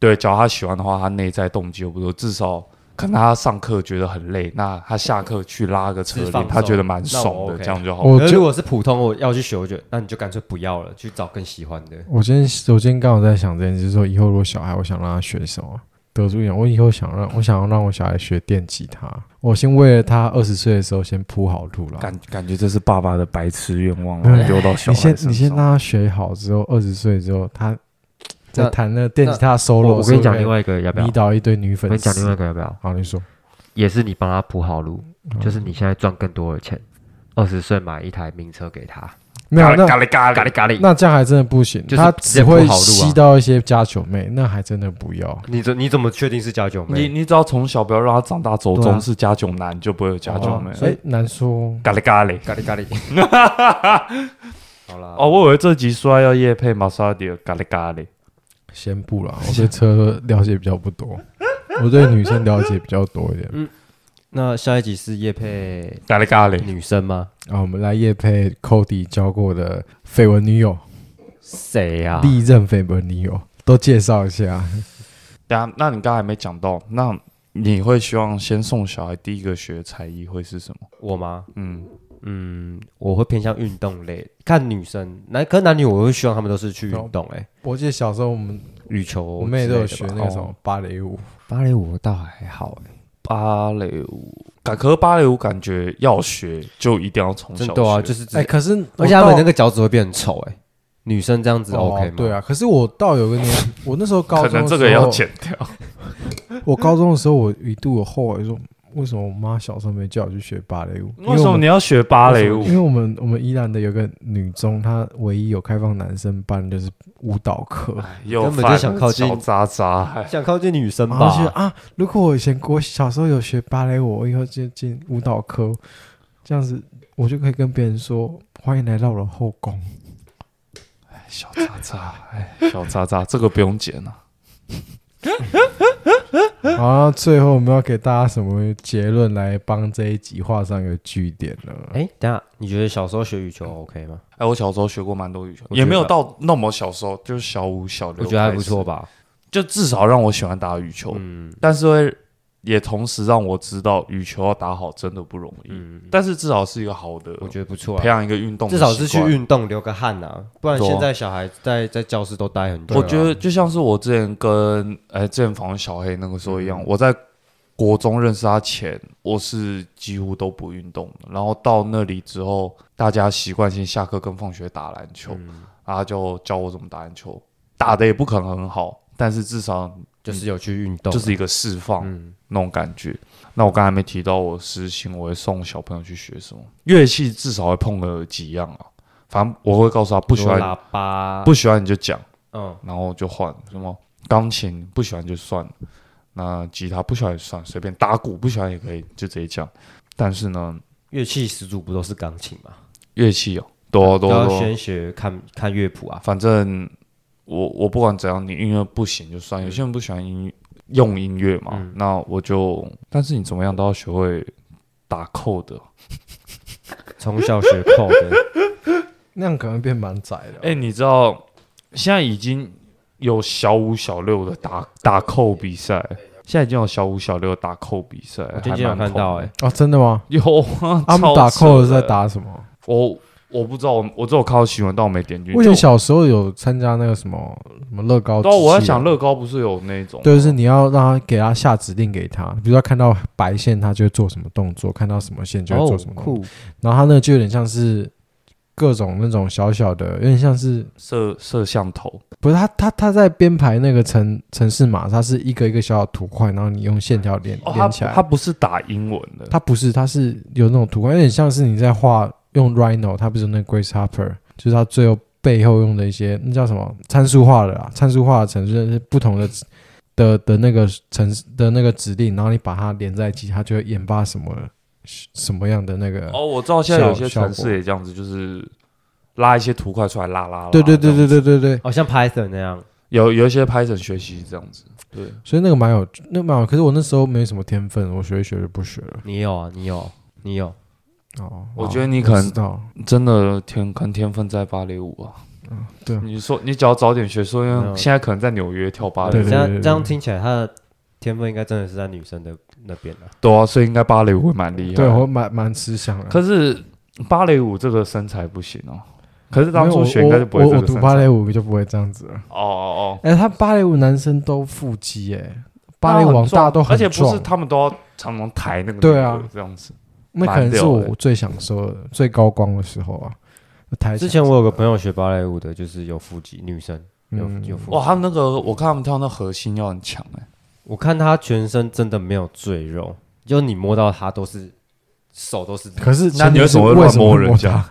对，只要他喜欢的话，他内在动机又不错，至少。可能他上课觉得很累，那他下课去拉个车
是放
铃，
松
他觉得蛮
那
爽
我
的，
OK
这样就好。
我
可是
就
如果是普通，我要去学，我觉得那你就干脆不要了，去找更喜欢的。
我今天我今天刚好在想这件事，就是说以后如果小孩，我想让他学什么。得出一点，我以后想让我想要让我小孩学电吉他，我先为了他二十岁的时候先铺好路了。
感感觉这是爸爸的白痴愿望，
没有
然后丢到小
你
孩
先
身上。
你先让他学好之后，二十岁之后，他在
那
弹那电吉他 solo，
我跟你讲
的时
另
候
外一个要不
可以
要
迷？倒一堆女
我
粉
跟
丝。
你讲另外一个要不要？
好，你说，
也是你帮他铺好路，
嗯
就是你现在赚更多的钱，二十岁买一台名车给他，
没
啊
有那
咖喱咖喱咖
咖喱
喱，
咖喱。
那这样还真的不行，
就是
他
直接
只
铺好
会
路啊
吸到一些家球妹，那还真的不要。
你怎你怎么确定是家九
你
妹？
你只要从小不要让他长大走
对啊
中是家囧男，就不会有家囧妹哎
哦。所以难说。
咖喱咖喱，
咖喱咖喱。 好啦，
哦，我以为这集说要夜配玛莎拉蒂的咖喱咖喱，
先不啦，我对车了解比较不多， 我对女生了解比较多一点。
那下一集是叶配
咖喱咖喱，
女生吗？
啊，我们来夜配 Cody 教过的绯闻女友，
谁啊呀、
历任绯闻女友都介绍一下。
对啊，那你刚才没讲到，那你会希望先送小孩第一个学才艺会是什么？
我吗？
嗯，
嗯，我会偏向运动类，看女生，男可是男女，我会希望他们都是去运动、欸，哎，
我记得小时候我们
羽球之
我们也
类的吧，
都有学那个什
哦
么芭蕾舞，
芭蕾舞，倒还好、欸，
芭蕾舞，感可是芭蕾舞感觉要学就一定要从小
真
学，
的啊，就是直
哎，
接，
可是
而且他们那个脚趾会变很丑，哎，女生这样子 OK 吗？
哦对，啊，可是我到有个年，我那时候高
可
中
能
的
这
时
个也要
候，
剪掉。
我高中的时候，我一度有后悔说，为什么我妈小时候没叫我去学芭蕾舞？
为什么你要学芭蕾舞
因？为我们我们宜兰的有个女中，她唯一有开放男生班就是舞蹈课。
哎又
哎根本就
犯
想靠近
小渣渣， 哎
想靠近女生
然后就觉得
吧？
啊，如果我以前我小时候有学芭蕾舞，我以后就进舞蹈科，这样子我就可以跟别人说欢迎来到我的后 宫。
小渣渣，哎，小渣渣，这个不用剪啊了。
好，那啊最后我们要给大家什么结论来帮这一集画上一个句点呢？
哎，等一下，你觉得小时候学羽球 OK 吗？
哎，我小时候学过蛮多羽球，
我觉得
也没有到那么小时候，就是小五、小六，
我觉得还不错，吧。
就至少让我喜欢打羽球，
嗯
但是会也同时让我知道羽球要打好真的不容易，
嗯，
但是至少是一个好的，
我觉得不错
培
啊，
养一个运动的习
至
惯，
少是去运动流个汗呐，不然
对啊
现在小孩在在教室都待很啊久。
我觉得就像是我之前跟哎之前访问小黑那个时候一
嗯
样，我在国中认识他前，我是几乎都不运动的，然后到那里之后，大家习惯性下课跟放学打篮球，
嗯
然后他就教我怎么打篮球，打的也不可能很好，但是至少
就是有去运动，啊
就是一个释放
嗯，
那种感觉。那我刚才没提到我私心，我会送小朋友去学什么乐器，至少会碰个几样啊。反正我会告诉他，不
不
喜欢
喇叭，啊
不喜欢你就讲。
嗯，
然后就换什么钢琴不喜欢就算了，那吉他不喜欢也算，随便打鼓不喜欢也可以，就直接讲。但是呢，
乐器始祖不都是钢琴嘛？
乐器哦，多
都
多
要
多，
先学看看乐谱啊。
反正我我不管怎样，你音乐不行就算。有些人不喜欢音用音乐嘛，
嗯
那我就，但是你怎么样都要学会打扣的。
从小学扣 的，
那样可能变蛮窄的。
哎、你知道现在已经有小五小六的打打扣比赛，现在已经有小五小六的打扣比赛，
我最近有
还蛮
看到
痛的
哎、
哦，真的吗？
有啊，
他们
超
打
扯
扣的是在，打什么？
我我不知道，我我只有看到新闻，但我没点进去。
我以前
就
小时候有参加那个什么什么乐高，
对啊，我在想，乐高不是有那
哦
种，
对，就是你要让他给他下指令给他，比如说看到白线他就会做什么动作，看到什么线就会
哦
做什么动作。
酷，
然后他那个就有点像是各种那种小小的，有点像是
摄摄像头，
不是他他他在编排那个城城市码，它是一个一个小小图块，然后你用线条连、
哦，它
连起来。
它不是打英文的，
它不是，它是有那种图案，有点像是你在画用 Rhino，它不是那个 Grasshopper，就是它最后背后用的一些那叫什么参数化的啦，参数化的程序是不同的的的那个程的那个指令，然后你把它连在一起，它就会研发什么什么样的那个。
哦，我知道现在有些
效效
城
果
市也这样子，就是拉一些图块出来拉拉拉。
对对对对
这样子，
对对对，
好、像 Python 那样。
有有一些 Python 学习是这样子，对，
所以那个蛮有，那个蛮有。可是我那时候没什么天分，我学一学就不学了。
你有啊？你有？你有？
哦，
我
好
觉得你可能
知道，
真的天跟天分在芭蕾舞啊。
嗯对
你说你只要早点学，说因
没有
为现在可能在纽约跳芭蕾
对
舞
对
这，
对
样
对
这样听起来，他的天分应该真的是在女生的那边啊。
对啊，所以应该芭蕾舞会蛮厉害的。
对我蛮蛮吃香的。
可是芭蕾舞这个身材不行哦。可是
没
当
有
初
我
选应该就不会
我
这
我
个
读
身
芭
材。
蕾舞就不会这样子了。
哦哦哦，
哎、他芭蕾舞男生都腹肌哎、芭蕾舞王大家都
而
很
且不
壮
是，他们都要常常抬那个
对啊
那个这样子。
那可能是我最享受的、最高光的时候啊。台
之前我有个朋友学芭蕾舞的，就是有腹肌，女生有、
嗯
有腹肌。
哇，他们那个我看他们跳那核心要很强哎，
我看她全身真的没有赘肉，就你摸到她都是手都是。
可是
那你
为
为
什
什么
么会
会
乱
乱
摸
摸人家？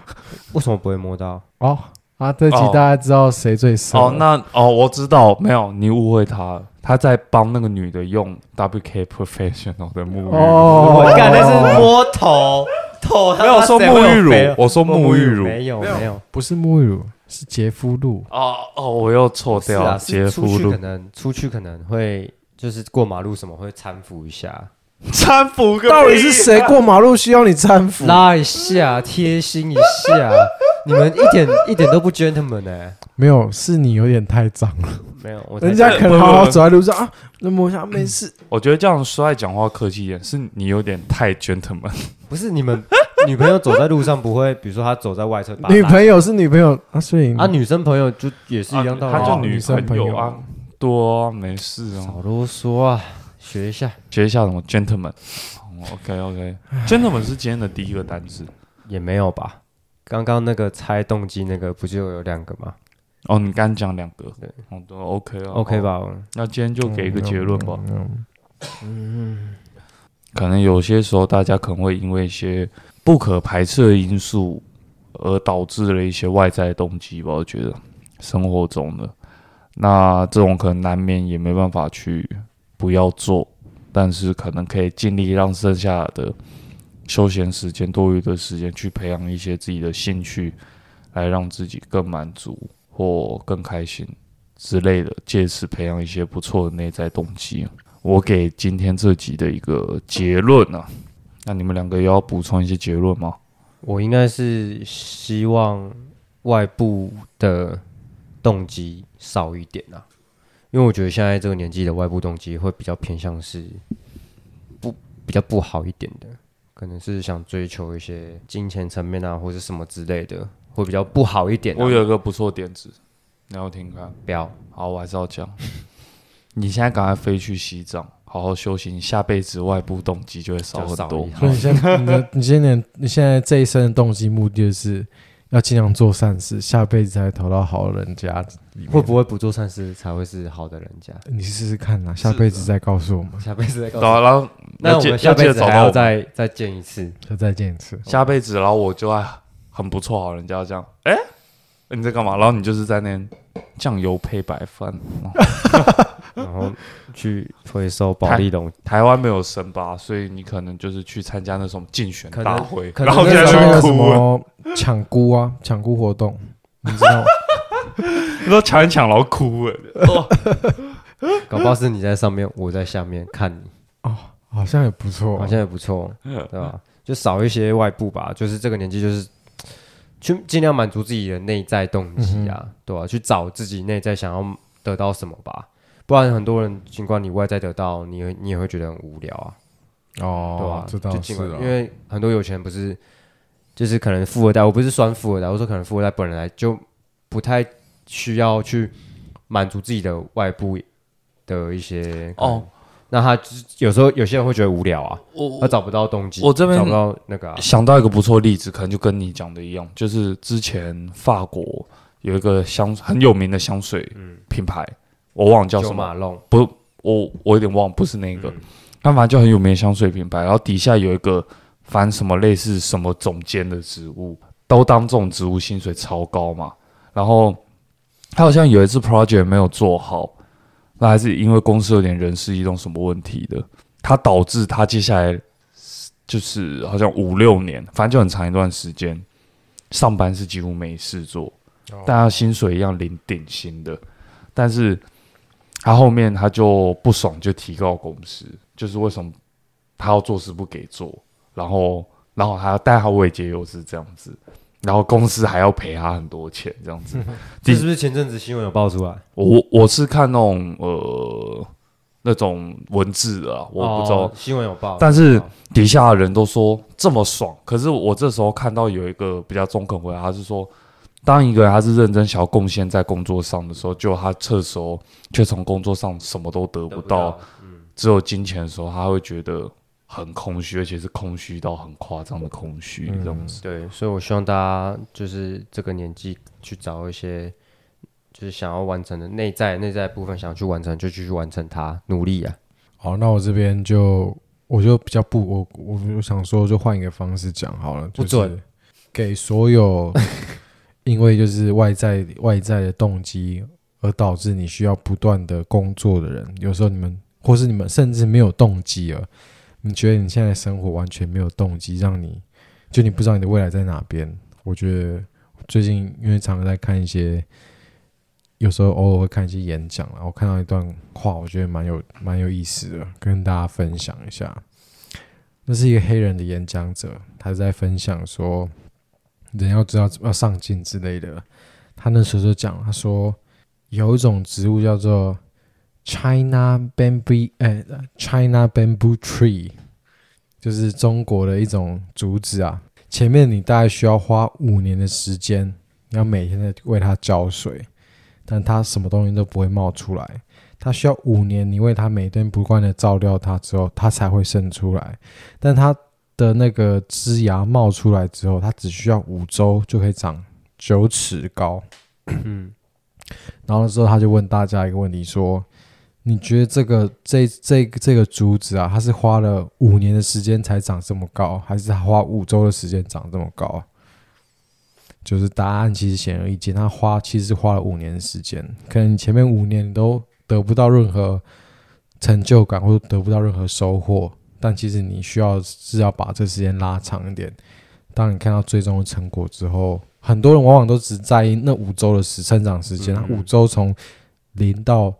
为什么不会摸 到？
哦啊，这集
哦
大家知道谁最色了、
哦，那哦我知道，没有你误会他了，他在帮那个女的用 WK Professional 的沐浴乳。
我
哦，
干那是摸头头，
没有说沐浴
哦
乳，我说沐浴乳。
没有没有。
不是沐浴乳，是洁肤露。
哦哦，我又错
是
掉
啊，
了
是
洁
出
肤
去
露
可。能出去可能会就是过马路什么会搀扶一下，
搀扶个
到底
屁
是
啊
谁过马路需要你搀扶？
拉一下，贴心一下。 你们一点一点都不 gentleman 哎、
没有，是你有点太脏了。
没有，我才
人家
讲
可能好好走在路上啊，那摸一下没事。
我觉得这样说来讲话客气一点，是你有点太 gentleman。
不是你们 女朋友走在路上不会，比如说她走在外侧，嗯把她
女
拉
朋友是女朋友啊，所以
啊，女生朋友就也是一样道理、
他
啊
就
女
女
生朋
朋
友
友啊，多啊没事啊
少，啰嗦啊，学一下
学一下什么 gentleman。OK OK 哦 gentleman 是今天的第一个单词
也没有吧。刚刚那个猜动机那个不就有两个吗
哦，你刚讲两个
对，
哦都 OK 啊
？OK
好
吧，
那今天就给一个结论吧。
嗯，
可能有些时候大家可能会因为一些不可排斥的因素，而导致了一些外在的动机吧。我觉得生活中的那这种可能难免也没办法去不要做，但是可能可以尽力让剩下的休闲时间、多余的时间去培养一些自己的兴趣，来让自己更满足或更开心之类的，借此培养一些不错的内在动机。啊我给今天这集的一个结论啊，那你们两个有要补充一些结论吗？
我应该是希望外部的动机少一点啊，因为我觉得现在这个年纪的外部动机会比较偏向是不比较不好一点的，可能是想追求一些金钱层面啊，或是什么之类的，会比较不好一点、啊。
我有一个不错点子，你要听看。
不要
好，我还是要 讲。你现在赶快飞去西藏，好好修行，下辈子外部动机就会少
就
很
少
多
一。
所以你现 在你的你现在你现在这一生的动机目的就是要尽量做善事，下辈子才会投到好人家里面
会不会不做善事才会是好的人 家？
你试试看啊啦，下辈子再告诉我们。
下辈子再告诉
好，然后
那
要
我
记
们下
要记
辈
得
子
找
还
到
要
我们，
再再见一次。
就再见一次。
下辈子，然后我就爱很不错好人家这样。哎、你在干嘛？然后你就是在那边酱油配白饭。哦
然后去回收保利龙，
台湾没有神吧，所以你可能就是去参加那种竞选
可
大
能
会，
可能
然后
那
你
时
在那
候
那
边
个什
哭了，
么抢菇啊，抢菇活动，你知 道吗？
你说抢一抢然后哭欸了。
搞不好是你在上面，我在下面看你，
好像也不错，
好像也不错，对吧？就少一些外部吧，就是这个年纪，就是去尽量满足自己的内在动机
嗯
啊，对吧、去找自己内在想要得到什么吧，不然很多人尽管你外在得到，你也你也会觉得很无聊啊，对吧、
哦，这
就
倒
尽
是
管
啊
因为很多有钱人不是，就是可能富二代，我不是酸富二代，我说可能富二代本来就不太需要去满足自己的外部的一些
哦，
那他就是有时候有些人会觉得无聊啊，
我
他找不到动机，
我这边
找不到那个、啊，
呃想到一个不错的例子，可能就跟你讲的一样，就是之前法国有一个香很有名的香水品牌，我忘了叫
九
什么，
马龙，
不，我我有点忘，不是那个，它反正就很有名的香水品牌，然后底下有一个反什么类似什么总监的职务，都当这种职务薪水超高嘛，然后他好像有一次 project 没有做好，那还是因为公司有点人事异动什么问题的，他导致他接下来就是好像五六年，反正就很长一段时间，上班是几乎没事做，但他薪水一样领顶薪的，但是他后面他就不爽，就提告公司，就是为什么他要做事不给做，然后然后他但他未结又是这样子。然后公司还要赔他很多钱，这样子，
这是不是前阵子新闻有爆出来？
我我是看那种呃那种文字的啊，我不知道。
哦新闻有报，
但是
哦
底下的人都说这么爽，可是我这时候看到有一个比较中肯回答，他是说，当一个人他是认真想要贡献在工作上的时候，就他这时候却从工作上什么都得
得
不
不
到，，嗯只有金钱的时候，他会觉得很空虚，而且是空虚到很夸张的空虚这样子。
对，所以我希望大家就是这个年纪去找一些。就是想要完成的内在内在部分，想要去完成就去完成它，努力啊！
好，那我这边就我就比较不，我我我想说就换一个方式讲好了，
不
就
准
是给所 有因为就是外在外在的动机而导致你需要不断的工作的人，有时候你们或是你们甚至没有动机了，你觉得你现在的生活完全没有动机，让你就你不知道你的未来在哪边。我觉得最近因为常常在看一些有时候偶尔会看一些演讲啦，然后看到一段话，我觉得蛮有蛮有意思的，跟大家分享一下。那是一个黑人的演讲者，他在分享说，人要知道要上进之类的。他那时候就讲，他说有一种植物叫做 China bamboo，哎、c h i n a bamboo tree，就是中国的一种竹子啊。前面你大概需要花五年的时间，你要每天在为它浇水。但它什么东西都不会冒出来。它需要五年，你为它每天不断的照料它之后，它才会生出来。但它的那个枝芽冒出来之后，它只需要五周就可以长九尺高。嗯，然后那时候他就问大家一个问题说：你觉得这个这这这个竹子啊，它是花了五年的时间才长这么高，还是它花五周的时间长这么高啊？就是答案其实显而易见，它花其实是花了五年的时间，可能你前面五年你都得不到任何成就感，或者得不到任何收获，但其实你需要是要把这时间拉长一点。当你看到最终的成果之后，很多人往往都只在意那五周的时成长时间，
嗯
五周从零到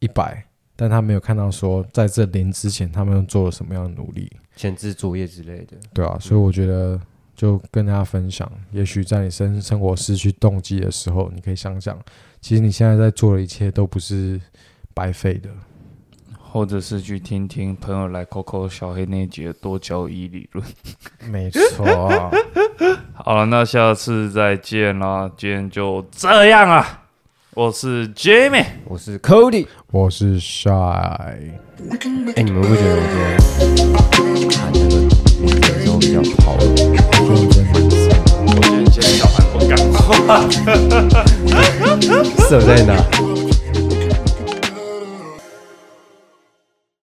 一百，但他没有看到说在这零之前他们做了什么样的努力。
前置作业之类的。
对啊，所以我觉得就跟大家分享，也许在你生生活失去动机的时候，你可以想想，其实你现在在做的一切都不是白费的。
或者是去听听朋友来 Coco 小黑那一节多交易理论。
没错、啊
好了，那下次再见啦，今天就这样啊。我是 Jamie。
我是 Cody，
我是 Shy。
哎、你们会觉得